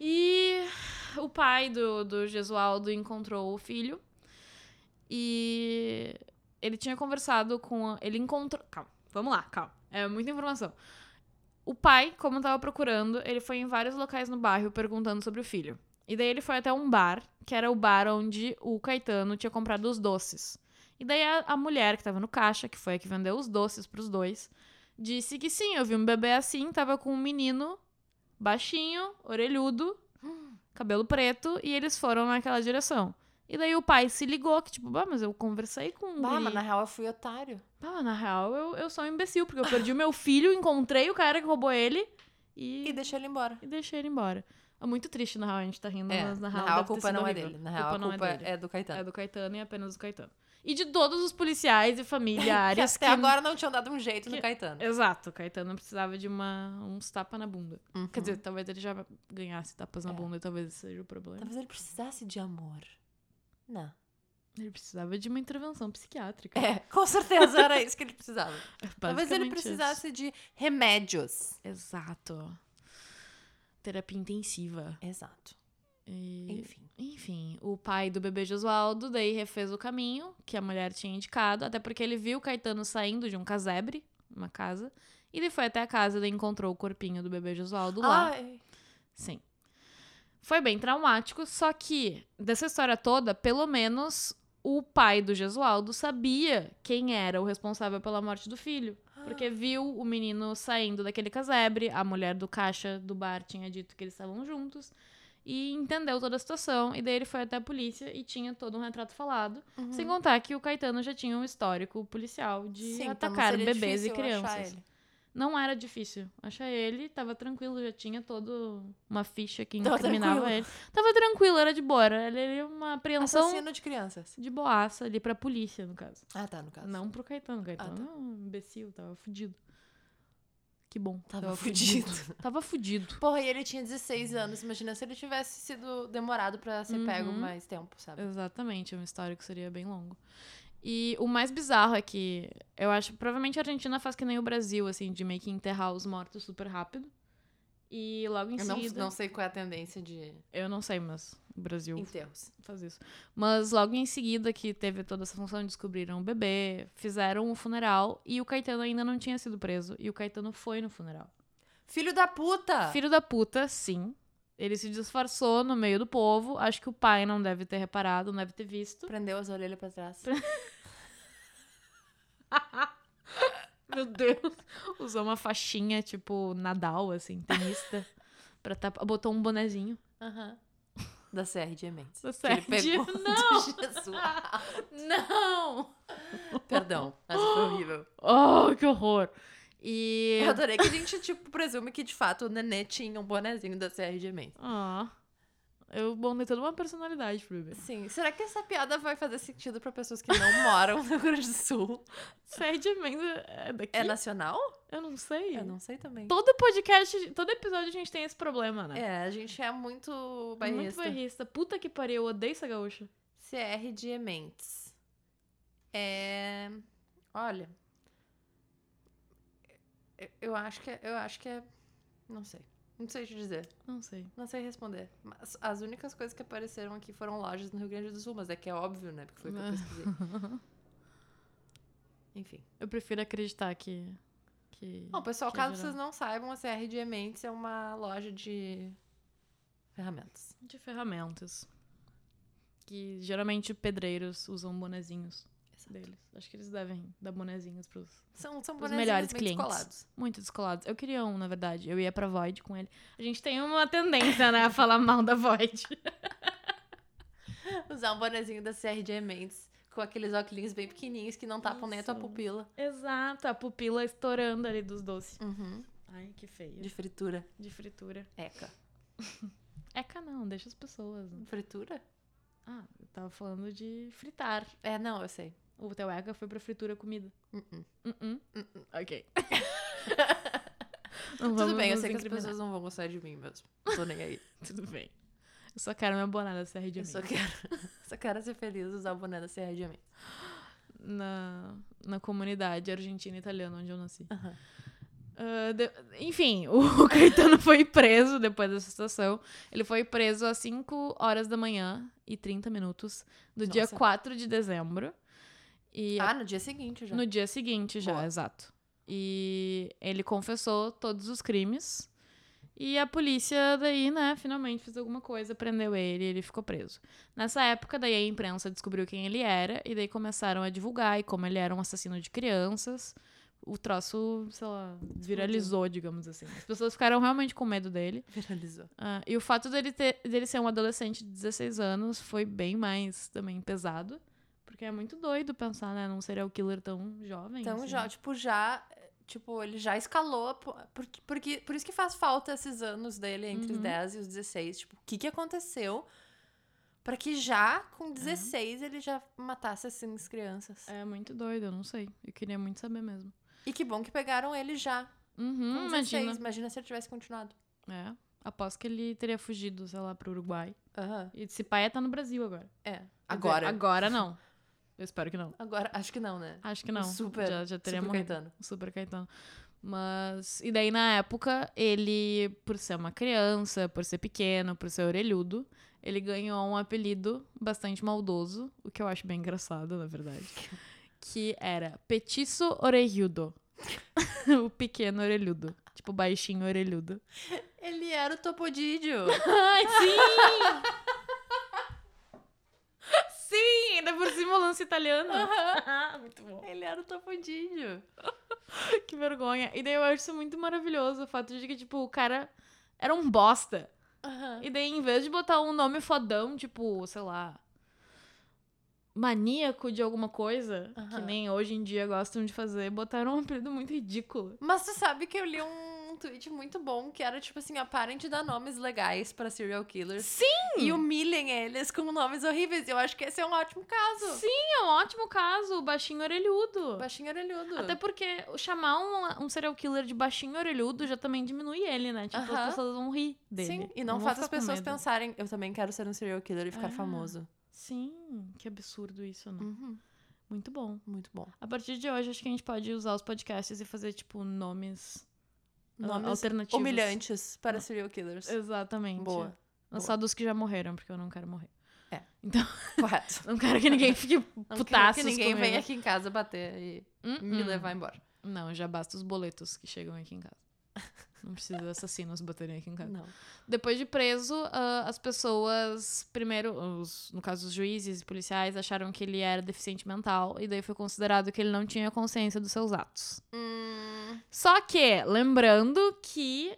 B: E o pai do, do Gesualdo encontrou o filho. E ele tinha conversado com. a- Ele encontrou. Calma, vamos lá, calma. É muita informação. O pai, como tava procurando, ele foi em vários locais no bairro perguntando sobre o filho. E daí ele foi até um bar, que era o bar onde o Caetano tinha comprado os doces. E daí a, a mulher que tava no caixa, que foi a que vendeu os doces pros dois, disse que sim, eu vi um bebê assim, tava com um menino baixinho, orelhudo, cabelo preto, e eles foram naquela direção. E daí o pai se ligou que, tipo, bah, mas eu conversei com um
A: Bah,
B: guri.
A: mas na real eu fui otário.
B: Bah, Tá, na real, eu, eu sou um imbecil, porque eu perdi o meu filho, encontrei o cara que roubou ele e,
A: E deixei ele embora.
B: e deixei ele embora. É muito triste, na real, a gente tá rindo, mas na real,
A: É, a
B: deve ter
A: culpa
B: sido
A: não é
B: horrível.
A: dele. Na real, a culpa
B: não é dele.
A: é do Caetano.
B: É do Caetano e apenas do Caetano. E de todos os policiais e familiares
A: Até
B: que...
A: agora não tinham dado um jeito
B: que-
A: no Caetano.
B: Exato, o Caetano precisava de uma, uns tapas na bunda.
A: Uhum.
B: Quer dizer, talvez ele já ganhasse tapas na
A: É. Tá.
B: bunda e talvez esse seja o problema.
A: Talvez ele precisasse de amor. Não.
B: Ele precisava de uma intervenção psiquiátrica.
A: É, com certeza era isso que ele precisava. Talvez
B: Basicamente
A: ele
B: isso.
A: precisasse de remédios.
B: Exato. Terapia intensiva.
A: Exato.
B: E-
A: Enfim.
B: Enfim, o pai do bebê Josualdo daí refez o caminho que a mulher tinha indicado, até porque ele viu o Caetano saindo de um casebre, uma casa, e ele foi até a casa e encontrou o corpinho do bebê Josualdo lá.
A: Ai,
B: Sim. Foi bem traumático, só que dessa história toda, pelo menos o pai do Jesualdo sabia quem era o responsável pela morte do filho.
A: Ah.
B: Porque viu o menino saindo daquele casebre, a mulher do caixa do bar tinha dito que eles estavam juntos. E entendeu toda a situação, e daí ele foi até a polícia e tinha todo um retrato falado.
A: uhum.
B: Sem contar que o Caetano já tinha um histórico policial de
A: Sim, então não
B: atacar
A: seria
B: bebês e
A: difícil eu achar
B: crianças.
A: ele.
B: Não era difícil achar ele, tava tranquilo, já tinha todo uma ficha que
A: Tava
B: incriminava
A: tranquilo.
B: ele. Tava tranquilo, era de boa, era ele era uma apreensão
A: Assassino de crianças.
B: de boaça ali pra polícia, no caso.
A: Ah, tá, no caso.
B: Não pro Caetano, Caetano
A: tá.
B: é um imbecil, tava fudido. Que bom.
A: Tava fudido.
B: Tava fudido.
A: Porra, e ele tinha 16 anos. Imagina se ele tivesse sido demorado pra ser
B: Uhum.
A: pego mais tempo, sabe?
B: Exatamente, uma história que seria bem longo. E o mais bizarro é que eu acho, provavelmente a Argentina faz que nem o Brasil, assim, de meio que enterrar os mortos super rápido. E logo em
A: Eu não,
B: seguida.
A: não sei qual é a tendência de
B: Eu não sei, mas o Brasil
A: enterros.
B: faz isso. Mas logo em seguida que teve toda essa função, descobriram o bebê, fizeram o funeral e o Caetano ainda não tinha sido preso. E o Caetano foi no funeral.
A: Filho da puta!
B: Filho da puta, sim. Ele se disfarçou no meio do povo. Acho que o pai não deve ter reparado, não deve ter visto.
A: Prendeu as orelhas pra trás.
B: Meu Deus. Usou uma faixinha, tipo, Nadal, assim, tenista. Pra tapar. Botou um bonezinho.
A: Aham. Da Sérgio Mendes.
B: Da
A: Que ele
B: Sérgio-
A: pegou do Jesus.
B: Não!
A: Perdão, mas foi horrível.
B: Oh, que horror! E.
A: Eu adorei que a gente, tipo, presume que de fato o Nenê tinha um bonezinho da Sérgio Mendes.
B: Ah. Eu bondei toda uma personalidade pro bebê.
A: Sim, será que essa piada vai fazer sentido pra pessoas que não moram no Rio Grande do Sul?
B: Sérgio Mendes é daqui?
A: É nacional?
B: Eu não sei.
A: Eu não sei também.
B: Todo podcast, todo episódio a gente tem esse problema, né?
A: É, a gente é muito
B: Muito
A: bairrista.
B: bairrista. Puta que pariu, eu odeio essa gaúcha.
A: CR de Ementes. É... Olha... eu- Eu acho que é... Eu acho que é... Não sei. Não sei te dizer.
B: Não sei.
A: Não sei responder. Mas as únicas coisas que apareceram aqui foram lojas no Rio Grande do Sul, mas é que é óbvio, né? Porque foi o que eu pesquisei. Enfim.
B: Eu prefiro acreditar que. que...
A: Bom, pessoal,
B: Que
A: caso
B: geral.
A: vocês não saibam, a CR de Ementes é uma loja de ferramentas.
B: De ferramentas. Que geralmente pedreiros usam bonezinhos deles. Acho que eles devem dar bonezinhos pros
A: São, são
B: Pros
A: bonezinhos
B: melhores
A: bem
B: clientes.
A: descolados.
B: muito descolados. Eu queria um, na verdade. Eu ia pra Void com ele. A gente tem uma tendência, né, a falar mal da Void.
A: Usar um bonezinho da CR de Ementes com aqueles óculos bem pequenininhos que não tapam nem a tua
B: Isso.
A: pupila.
B: Exato, a pupila estourando ali dos doces.
A: Uhum.
B: Ai, que feio.
A: De
B: De,
A: fritura.
B: fritura.
A: Eca.
B: Eca não, É deixa as pessoas. né?
A: Fritura?
B: Ah, eu tava falando de fritar.
A: É, não, eu sei.
B: O teu eca foi pra fritura comida.
A: Uh-uh.
B: Uh-uh. Ok. Não vamos
A: Tudo bem, eu
B: nos
A: sei que as
B: incriminar.
A: pessoas não vão gostar de mim mesmo. Tô nem aí.
B: Tudo bem. Eu só quero minha bonada CR de
A: Eu
B: mim.
A: só quero, só quero ser feliz usar o boné da CR de Amém.
B: Na, na comunidade argentina e italiana onde eu nasci.
A: Aham.
B: Ah, de- enfim, o Caetano foi preso depois dessa situação. Ele foi preso às 5 horas da manhã e 30 minutos do dia
A: Nossa.
B: 4 de dezembro. E
A: Ah, no dia seguinte já.
B: no dia seguinte já,
A: Boa.
B: exato. E ele confessou todos os crimes. E a polícia daí, né, finalmente fez alguma coisa, prendeu ele e ele ficou preso. Nessa época, daí a imprensa descobriu quem ele era e daí começaram a divulgar e como ele era um assassino de crianças, o troço, sei lá, viralizou, digamos assim. As pessoas ficaram realmente com medo dele.
A: Viralizou.
B: Ah, e o fato dele, ter, dele ser um adolescente de 16 anos foi bem mais também pesado. Porque é muito doido pensar, né? Num serial killer tão jovem.
A: Então,
B: assim.
A: já, tipo, já. Tipo, ele já escalou. po- Por, porque, por isso que faz falta esses anos dele entre os
B: Uhum.
A: 10 e os 16. Tipo, o que, que aconteceu pra que já com 16 ele já matasse assim as crianças?
B: É muito doido, eu não sei. Eu queria muito saber mesmo.
A: E que bom que pegaram ele já. Com
B: Uhum,
A: 16.
B: imagina.
A: Imagina se ele tivesse continuado.
B: É. Após que ele teria fugido, sei lá, pro Uruguai.
A: Aham.
B: E esse pai tá no Brasil agora.
A: É.
B: Quer dizer,
A: Agora.
B: agora não. Eu espero que não.
A: Agora, acho que não, né?
B: Acho que não.
A: Super-
B: Já, já teria
A: Super
B: morrido.
A: Caetano.
B: O Super Caetano. Mas. E daí, na época, ele, por ser uma criança, por ser pequeno, por ser orelhudo, ele ganhou um apelido bastante maldoso, o que eu acho bem engraçado, na verdade. Que era Petiço Orelhudo. o pequeno orelhudo. Tipo, baixinho orelhudo.
A: Ele era o Topodídio.
B: Ai, sim! sim! Ainda por cima o lance italiano.
A: Ah,
B: Muito bom.
A: ele era o Topodídio.
B: Que vergonha. E daí eu acho isso muito maravilhoso, o fato de que, tipo, o cara era um bosta.
A: Aham.
B: E daí, em vez de botar um nome fodão, tipo, sei lá, maníaco de alguma coisa, que
A: Aham.
B: nem hoje em dia gostam de fazer, botaram um apelido muito ridículo.
A: Mas tu sabe que eu li um tweet muito bom que era tipo assim: ó, parem de dar nomes legais pra serial killers
B: Sim!
A: e humilhem eles com nomes horríveis. Eu acho que esse é um ótimo caso.
B: Sim, é um ótimo caso, o baixinho orelhudo.
A: Baixinho orelhudo.
B: Até porque chamar um, um serial killer de baixinho orelhudo já também diminui ele, né? Tipo,
A: Aham.
B: as pessoas vão rir dele.
A: Sim, e não,
B: vão
A: faz
B: ficar
A: as
B: com
A: pessoas
B: medo.
A: pensarem: eu também quero ser um serial killer e ficar
B: Ah.
A: famoso.
B: Sim, que absurdo isso, né?
A: Uhum,
B: Muito bom.
A: Muito bom.
B: A partir de hoje, acho que a gente pode usar os podcasts e fazer, tipo, nomes, ah,
A: Nomes
B: alternativos.
A: humilhantes para serial killers.
B: Exatamente.
A: Boa.
B: Não
A: boa.
B: só dos que já morreram, porque eu não quero morrer.
A: Correto.
B: Não quero que ninguém fique
A: Não quero que
B: putaços
A: ninguém
B: comigo.
A: venha aqui em casa bater e
B: Hum,
A: me
B: hum.
A: levar embora.
B: Não, já basta os boletos que chegam aqui em casa. Não precisa de assassinos baterem aqui em casa.
A: Não.
B: Depois de preso, ah, as pessoas, primeiro, os- no caso os juízes e policiais, acharam que ele era deficiente mental e daí foi considerado que ele não tinha consciência dos seus atos.
A: Hum,
B: Só que, lembrando que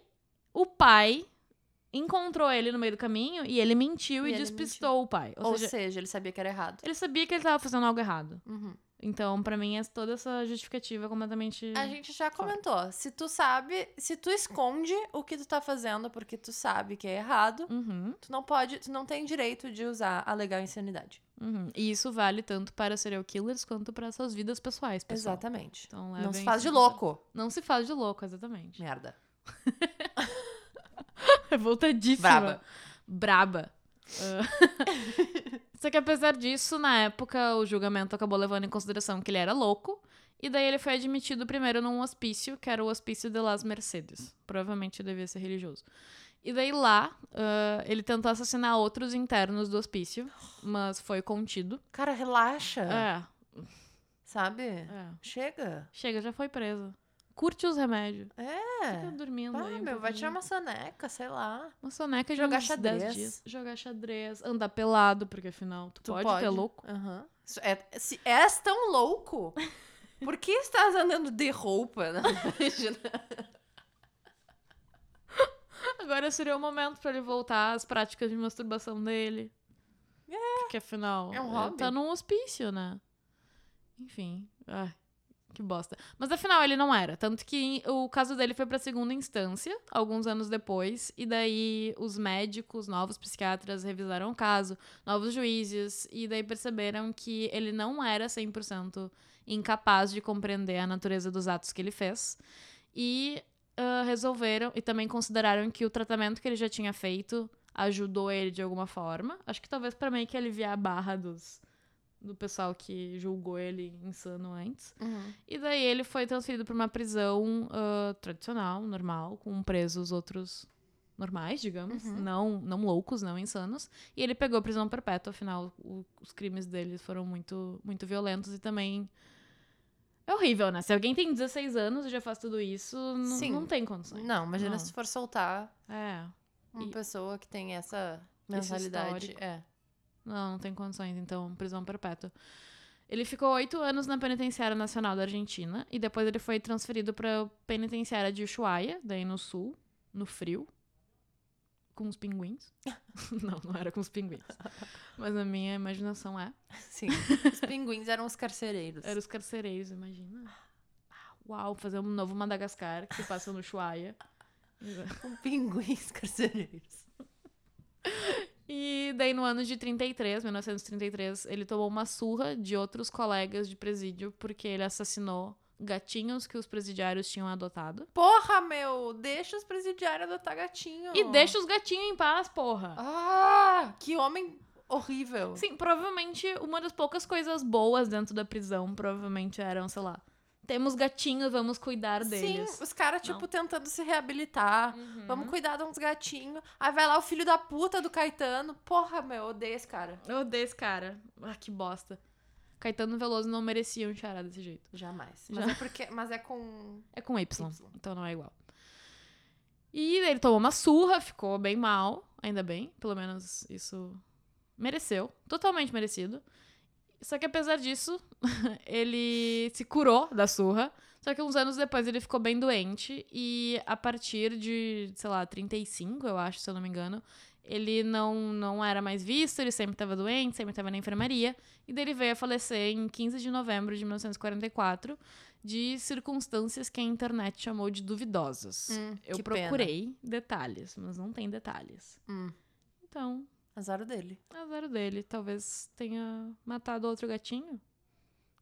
B: o pai encontrou ele no meio do caminho e ele mentiu e,
A: E ele
B: despistou o pai. Ou,
A: ou
B: seja,
A: seja, ele sabia que era errado.
B: ele sabia que ele tava fazendo algo errado.
A: Uhum.
B: Então, pra mim, é toda essa justificativa é completamente.
A: A gente já comentou. Se tu sabe, se tu esconde o que tu tá fazendo porque tu sabe que é errado,
B: Uhum,
A: tu não pode, tu não tem direito de usar a legal insanidade.
B: uhum. E isso vale tanto para serial killers quanto para suas vidas pessoais, pessoal.
A: Exatamente.
B: Então,
A: não
B: levem
A: se
B: isso
A: faz de
B: em consideração.
A: louco.
B: Não se faz de louco, exatamente.
A: Merda.
B: Revoltadíssima.
A: Braba.
B: Braba. Ah. Só que apesar disso, na época, o julgamento acabou levando em consideração que ele era louco. E daí ele foi admitido primeiro num hospício, que era o Hospício de las Mercedes. Provavelmente devia ser religioso. E daí lá, ah, ele tentou assassinar outros internos do hospício, mas foi contido.
A: Cara, relaxa.
B: É,
A: Sabe?
B: é.
A: Chega.
B: Chega, já foi preso. Curte os remédios. Fica
A: É.
B: dormindo
A: Ah,
B: aí um
A: meu, vai tirar
B: pouquinho.
A: uma soneca, sei lá.
B: Uma soneca de
A: Jogar
B: uns 10
A: xadrez.
B: dias. Jogar xadrez, andar pelado, porque afinal, tu,
A: Tu
B: pode, ter louco.
A: Aham. Se- É, se és tão louco, por que estás andando de roupa? Não, imagina.
B: Agora seria o momento pra ele voltar às práticas de masturbação dele. Porque afinal,
A: É um
B: ele
A: hobby.
B: tá num hospício, né? Enfim, ai, que bosta. Mas afinal, ele não era. Tanto que o caso dele foi pra segunda instância, alguns anos depois. E daí os médicos, novos psiquiatras revisaram o caso, novos juízes. E daí perceberam que ele não era 100% incapaz de compreender a natureza dos atos que ele fez. E ah, resolveram, e também consideraram que o tratamento que ele já tinha feito ajudou ele de alguma forma. Acho que talvez pra meio que aliviar a barra dos, do pessoal que julgou ele insano antes. E daí ele foi transferido pra uma prisão ah, tradicional, normal, com presos outros normais, digamos,
A: Uhum.
B: não, não loucos, não insanos. E ele pegou prisão perpétua, afinal o- os crimes dele foram muito muito violentos e também É horrível, né? Se alguém tem 16 anos e já faz tudo isso, n-
A: Sim.
B: não tem condições.
A: Não, imagina
B: Não.
A: se for soltar
B: É.
A: uma
B: E-
A: pessoa que tem essa
B: Esse
A: mensalidade.
B: histórico.
A: É.
B: Não, não tem condições, então, prisão perpétua. Ele ficou oito anos na Penitenciária Nacional da Argentina e depois ele foi transferido pra Penitenciária de Ushuaia, daí no sul, no frio, com os pinguins. não, não era com os pinguins. Mas na minha imaginação é.
A: Sim. Os pinguins eram os carcereiros.
B: Eram os carcereiros, imagina. Ah, Uau, fazer um novo Madagascar que se passa no Ushuaia.
A: Com pinguins carcereiros.
B: E daí no ano de 33, 1933, ele tomou uma surra de outros colegas de presídio porque ele assassinou gatinhos que os presidiários tinham adotado.
A: Porra, meu! Deixa os presidiários adotar gatinho.
B: E deixa os gatinhos em paz, porra.
A: Ah! Que homem horrível.
B: Sim, provavelmente uma das poucas coisas boas dentro da prisão provavelmente eram, sei lá, temos gatinhos, vamos cuidar deles.
A: Sim, os caras,
B: Não.
A: tipo, tentando se reabilitar.
B: Uhum.
A: Vamos cuidar de uns gatinhos. Aí vai lá o filho da puta do Caetano. Porra, meu, eu odeio esse cara.
B: Eu odeio esse cara. Ah, que bosta. Caetano Veloso não merecia um chará desse jeito.
A: Jamais. Mas é porque. Mas é com.
B: É com y,
A: Y.
B: então não é igual. E ele tomou uma surra, ficou bem mal, ainda bem, pelo menos isso mereceu, totalmente merecido. Só que apesar disso, ele se curou da surra, só que uns anos depois ele ficou bem doente e a partir de, sei lá, 35, eu acho, se eu não me engano, ele não, não era mais visto, ele sempre estava doente, sempre estava na enfermaria, e daí ele veio a falecer em 15 de novembro de 1944 de circunstâncias que a internet chamou de duvidosas.
A: Hum,
B: Eu
A: que pena.
B: procurei detalhes, mas não tem detalhes.
A: Hum.
B: Então,
A: Azar dele.
B: azar dele. Talvez tenha matado outro gatinho.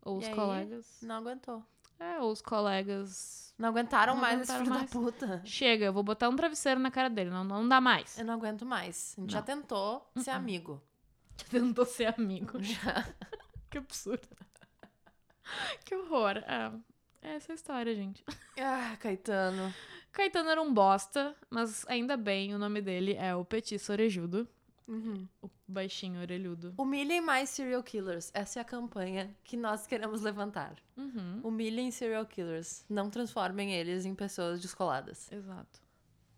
B: Ou
A: E
B: os
A: aí?
B: colegas.
A: Não aguentou.
B: É, ou os colegas.
A: Não aguentaram
B: Não
A: mais
B: aguentaram
A: esse filho
B: mais.
A: da puta.
B: Chega, eu vou botar um travesseiro na cara dele. Não, não dá mais.
A: Eu não aguento mais. A gente já tentou ser
B: Uh-uh.
A: amigo.
B: Tentou ser amigo.
A: Já.
B: que absurdo. que horror. É, é essa a história, gente.
A: Ah, Caetano.
B: Caetano era um bosta, mas ainda bem o nome dele é o Petit Orejudo.
A: Uhum.
B: O baixinho orelhudo.
A: Humilhem mais serial killers. Essa é a campanha que nós queremos levantar.
B: Uhum.
A: Humilhem serial killers. Não transformem eles em pessoas descoladas.
B: Exato.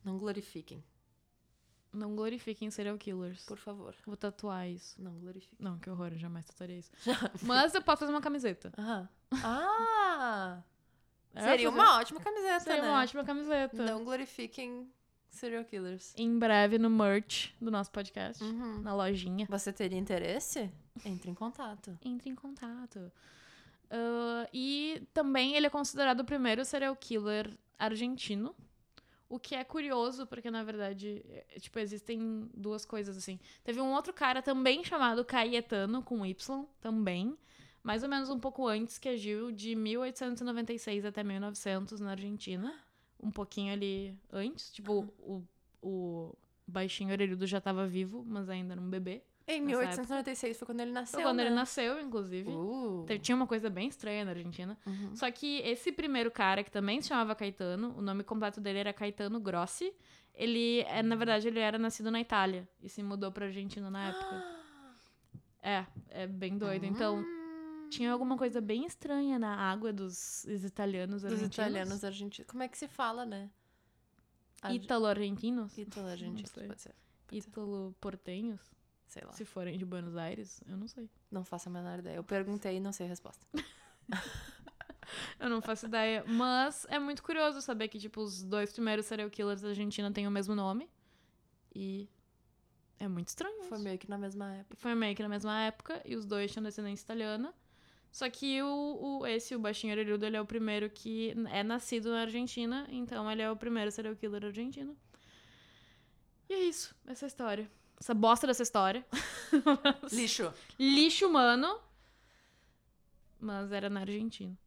A: Não glorifiquem,
B: Não glorifiquem serial killers.
A: por favor.
B: Vou tatuar isso.
A: Não glorifiquem.
B: Não, que horror, eu jamais tatuaria isso. Mas eu posso fazer uma camiseta.
A: Aham. Ah!
B: É,
A: seria
B: fazer-
A: uma ótima camiseta,
B: Seria
A: né?
B: uma ótima camiseta.
A: Não glorifiquem serial killers.
B: Em breve no merch do nosso podcast,
A: Uhum.
B: na lojinha.
A: Você teria interesse? Entre em contato.
B: Entre em contato. Ah, e também ele é considerado o primeiro serial killer argentino. O que é curioso, porque na verdade, é, tipo, existem duas coisas assim. Teve um outro cara também chamado Caetano, com Y, também. Mais ou menos um pouco antes que agiu, de 1896 até 1900 na Argentina. Um pouquinho ali antes. Tipo, o, o baixinho orelhudo já tava vivo, mas ainda era um bebê.
A: Em
B: Nessa
A: 1896 foi quando ele nasceu.
B: Foi quando ele
A: né?
B: nasceu, inclusive.
A: Uh.
B: Teve- Tinha uma coisa bem estranha na Argentina.
A: Uhum.
B: Só que esse primeiro cara, que também se chamava Caetano, o nome completo dele era Caetano Grossi. Ele, é, na verdade, ele era nascido na Itália e se mudou pra Argentina na época. É, é bem doido. Então,
A: Hum.
B: tinha alguma coisa bem estranha na água dos dos italianos
A: Dos
B: argentinos.
A: italianos argentinos. Como é que se fala, né?
B: Italo-argentinos?
A: Italo-argentinos,
B: sei.
A: pode ser. Pode ser.
B: Italo-portenhos?
A: Sei lá.
B: Se forem de Buenos Aires, eu não sei.
A: Não faço a menor ideia. Eu perguntei e não sei a resposta.
B: Eu não faço ideia. Mas é muito curioso saber que, tipo, os dois primeiros serial killers da Argentina têm o mesmo nome. E é muito estranho. isso.
A: Foi meio que na mesma época.
B: Foi meio que na mesma época, e os dois tinham descendência italiana. Só que o, o- esse, o baixinho orelhudo, ele é o primeiro que é nascido na Argentina, então ele é o primeiro serial killer argentino. E é isso, essa é a história. Essa bosta dessa história. Mas-
A: Lixo.
B: Lixo humano. Mas era na Argentina.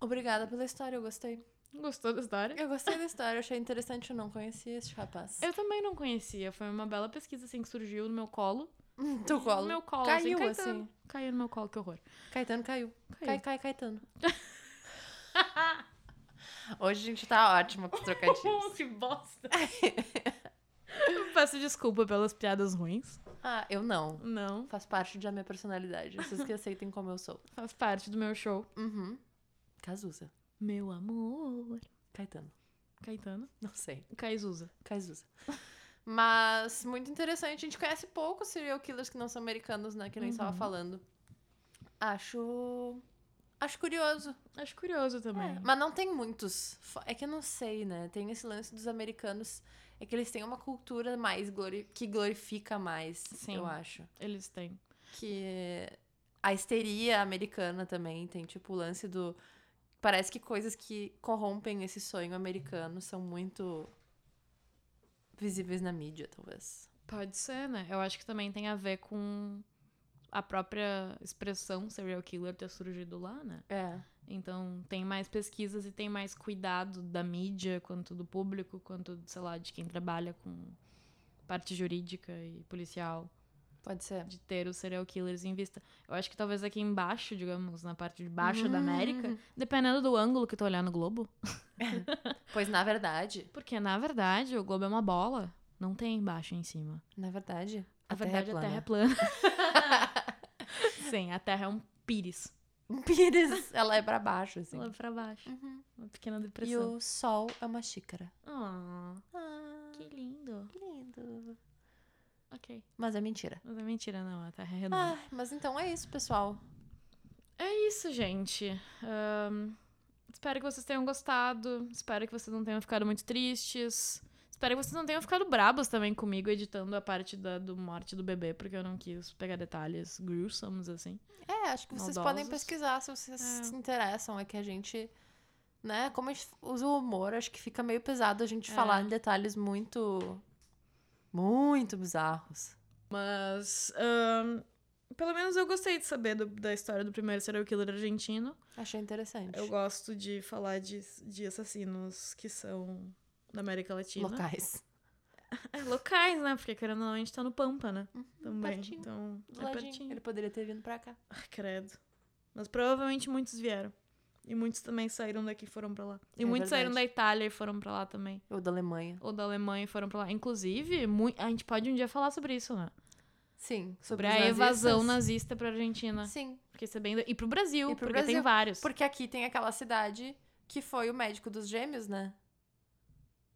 A: Obrigada pela história, eu gostei.
B: Gostou da história?
A: Eu gostei da história, eu achei interessante, eu não conhecia esse rapaz.
B: Eu também não conhecia. Foi uma bela pesquisa assim que surgiu no meu colo.
A: Hum, Teu
B: No
A: colo.
B: meu colo,
A: Caiu,
B: assim,
A: assim.
B: Caetano. Caiu no meu colo, que horror.
A: Caetano caiu.
B: Caiu.
A: Cai, cai, Caetano. Hoje a gente tá ótimo com os trocadilhos.
B: que bosta. Peço desculpa pelas piadas ruins.
A: Ah, eu não.
B: Não,
A: Faz parte da minha personalidade. Vocês que aceitem como eu sou.
B: faz parte do meu show.
A: Uhum. Cazuza.
B: Meu amor.
A: Caetano.
B: Caetano.
A: Não sei.
B: Caizuza.
A: Cazuza. Mas muito interessante. A gente conhece poucos serial killers que não são americanos, né? Que nem estava falando. Acho. Acho curioso. É.
B: Acho curioso também.
A: Mas não tem muitos. Fo- É que eu não sei, né? Tem esse lance dos americanos. É que eles têm uma cultura mais glori que glorifica mais,
B: Sim.
A: eu acho.
B: Eles têm.
A: Que a histeria americana também tem, tipo, o lance do. Parece que coisas que corrompem esse sonho americano são muito visíveis na mídia, talvez.
B: Pode ser, né? Eu acho que também tem a ver com a própria expressão serial killer ter surgido lá, né?
A: É.
B: Então tem mais pesquisas e tem mais cuidado da mídia, quanto do público, quanto, sei lá, de quem trabalha com parte jurídica e policial,
A: Pode ser.
B: de ter os serial killers em vista. Eu acho que talvez aqui embaixo, digamos, na parte de baixo da
A: Hum.
B: América, dependendo do ângulo que tu olhar no globo.
A: Pois na verdade,
B: Porque, na verdade, o globo é uma bola. Não tem embaixo e em cima.
A: na verdade,
B: A verdade, a Terra é
A: plana.
B: plana. Sim, a Terra é um pires.
A: Pires, ela é pra baixo, assim.
B: Lá pra baixo. Uma pequena
A: E
B: depressão.
A: o sol é uma xícara.
B: Ah,
A: Ah,
B: que lindo.
A: que lindo.
B: Ok.
A: Mas é mentira.
B: Mas é mentira, não. A Terra é redonda.
A: Ah, mas então é isso, pessoal.
B: É isso, gente. Ahn, espero que vocês tenham gostado. Espero que vocês não tenham ficado muito tristes. Espero que vocês não tenham ficado brabos também comigo editando a parte da, do morte do bebê, porque eu não quis pegar detalhes gruesomes, assim.
A: É, acho que vocês
B: Maldosos.
A: podem pesquisar se vocês
B: É.
A: se interessam. É que a gente, né, como a gente usa o humor, acho que fica meio pesado a gente
B: É.
A: falar em detalhes muito, muito bizarros.
B: Mas, ahn, pelo menos eu gostei de saber do- da história do primeiro serial killer argentino.
A: Achei interessante.
B: Eu gosto de falar de, de assassinos que são da América Latina.
A: Locais.
B: É, locais, né? Porque querendo ou não, a gente tá no Pampa, né? Também.
A: pertinho.
B: Então,
A: Do
B: é
A: ladinho.
B: pertinho.
A: Ele poderia ter vindo pra cá.
B: Ah, credo. Mas provavelmente muitos vieram. E muitos também saíram daqui e foram pra lá. E
A: É
B: muitos saíram da
A: verdade.
B: Itália e foram pra lá também.
A: Ou da Alemanha.
B: Ou da Alemanha e foram pra lá. Inclusive, mui- a gente pode um dia falar sobre isso, né?
A: Sim. Sobre,
B: Sobre a
A: os
B: evasão
A: nazistas.
B: nazista pra Argentina.
A: Sim.
B: Porque isso é bem... do- E pro Brasil,
A: E pro
B: porque tem
A: Brasil.
B: vários.
A: Porque aqui tem aquela cidade que foi o médico dos gêmeos, né?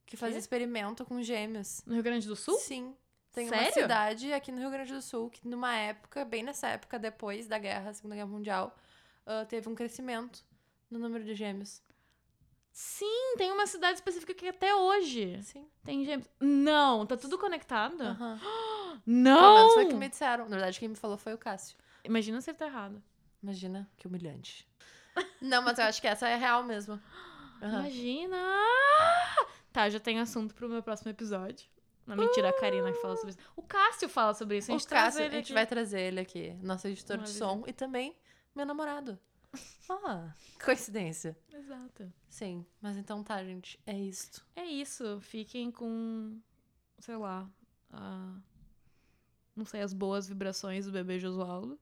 A: Que fazia
B: Quê?
A: experimento com gêmeos.
B: No Rio Grande do Sul?
A: Sim. Tem uma
B: Sério?
A: cidade aqui no Rio Grande do Sul que, numa época, bem nessa época, depois da guerra, Segunda Guerra Mundial, ah, teve um crescimento no número de gêmeos.
B: Sim, tem uma cidade específica que é até hoje
A: Sim.
B: tem gêmeos. Não, tá tudo conectado?
A: Aham.
B: Ah.
A: Pelo menos
B: Não!
A: foi o que me disseram. Na verdade, quem me falou foi o Cássio.
B: Imagina se ele tá errado.
A: Imagina, que humilhante. Não, mas eu acho que essa é real mesmo. Aham.
B: Imagina! Tá, já tem assunto pro meu próximo episódio. Não, mentira, a Karina que fala sobre isso. O Cássio fala sobre isso. A
A: O
B: gente traz
A: Cássio,
B: ele
A: a gente
B: aqui.
A: vai trazer ele aqui, nosso editor
B: Uma
A: de
B: visita.
A: som e também meu namorado. Ah, coincidência.
B: Exato.
A: Sim, mas então tá, gente, é isto.
B: É isso. Fiquem com, sei lá, a- não sei, as boas vibrações do bebê Josualdo.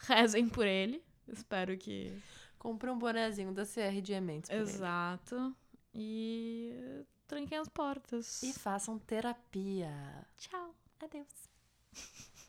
B: Rezem por ele. Espero que
A: Compre um bonezinho da CR de Ementes. pra ele.
B: Exato. E tranquem as portas.
A: E façam terapia.
B: tchau.
A: Adeus.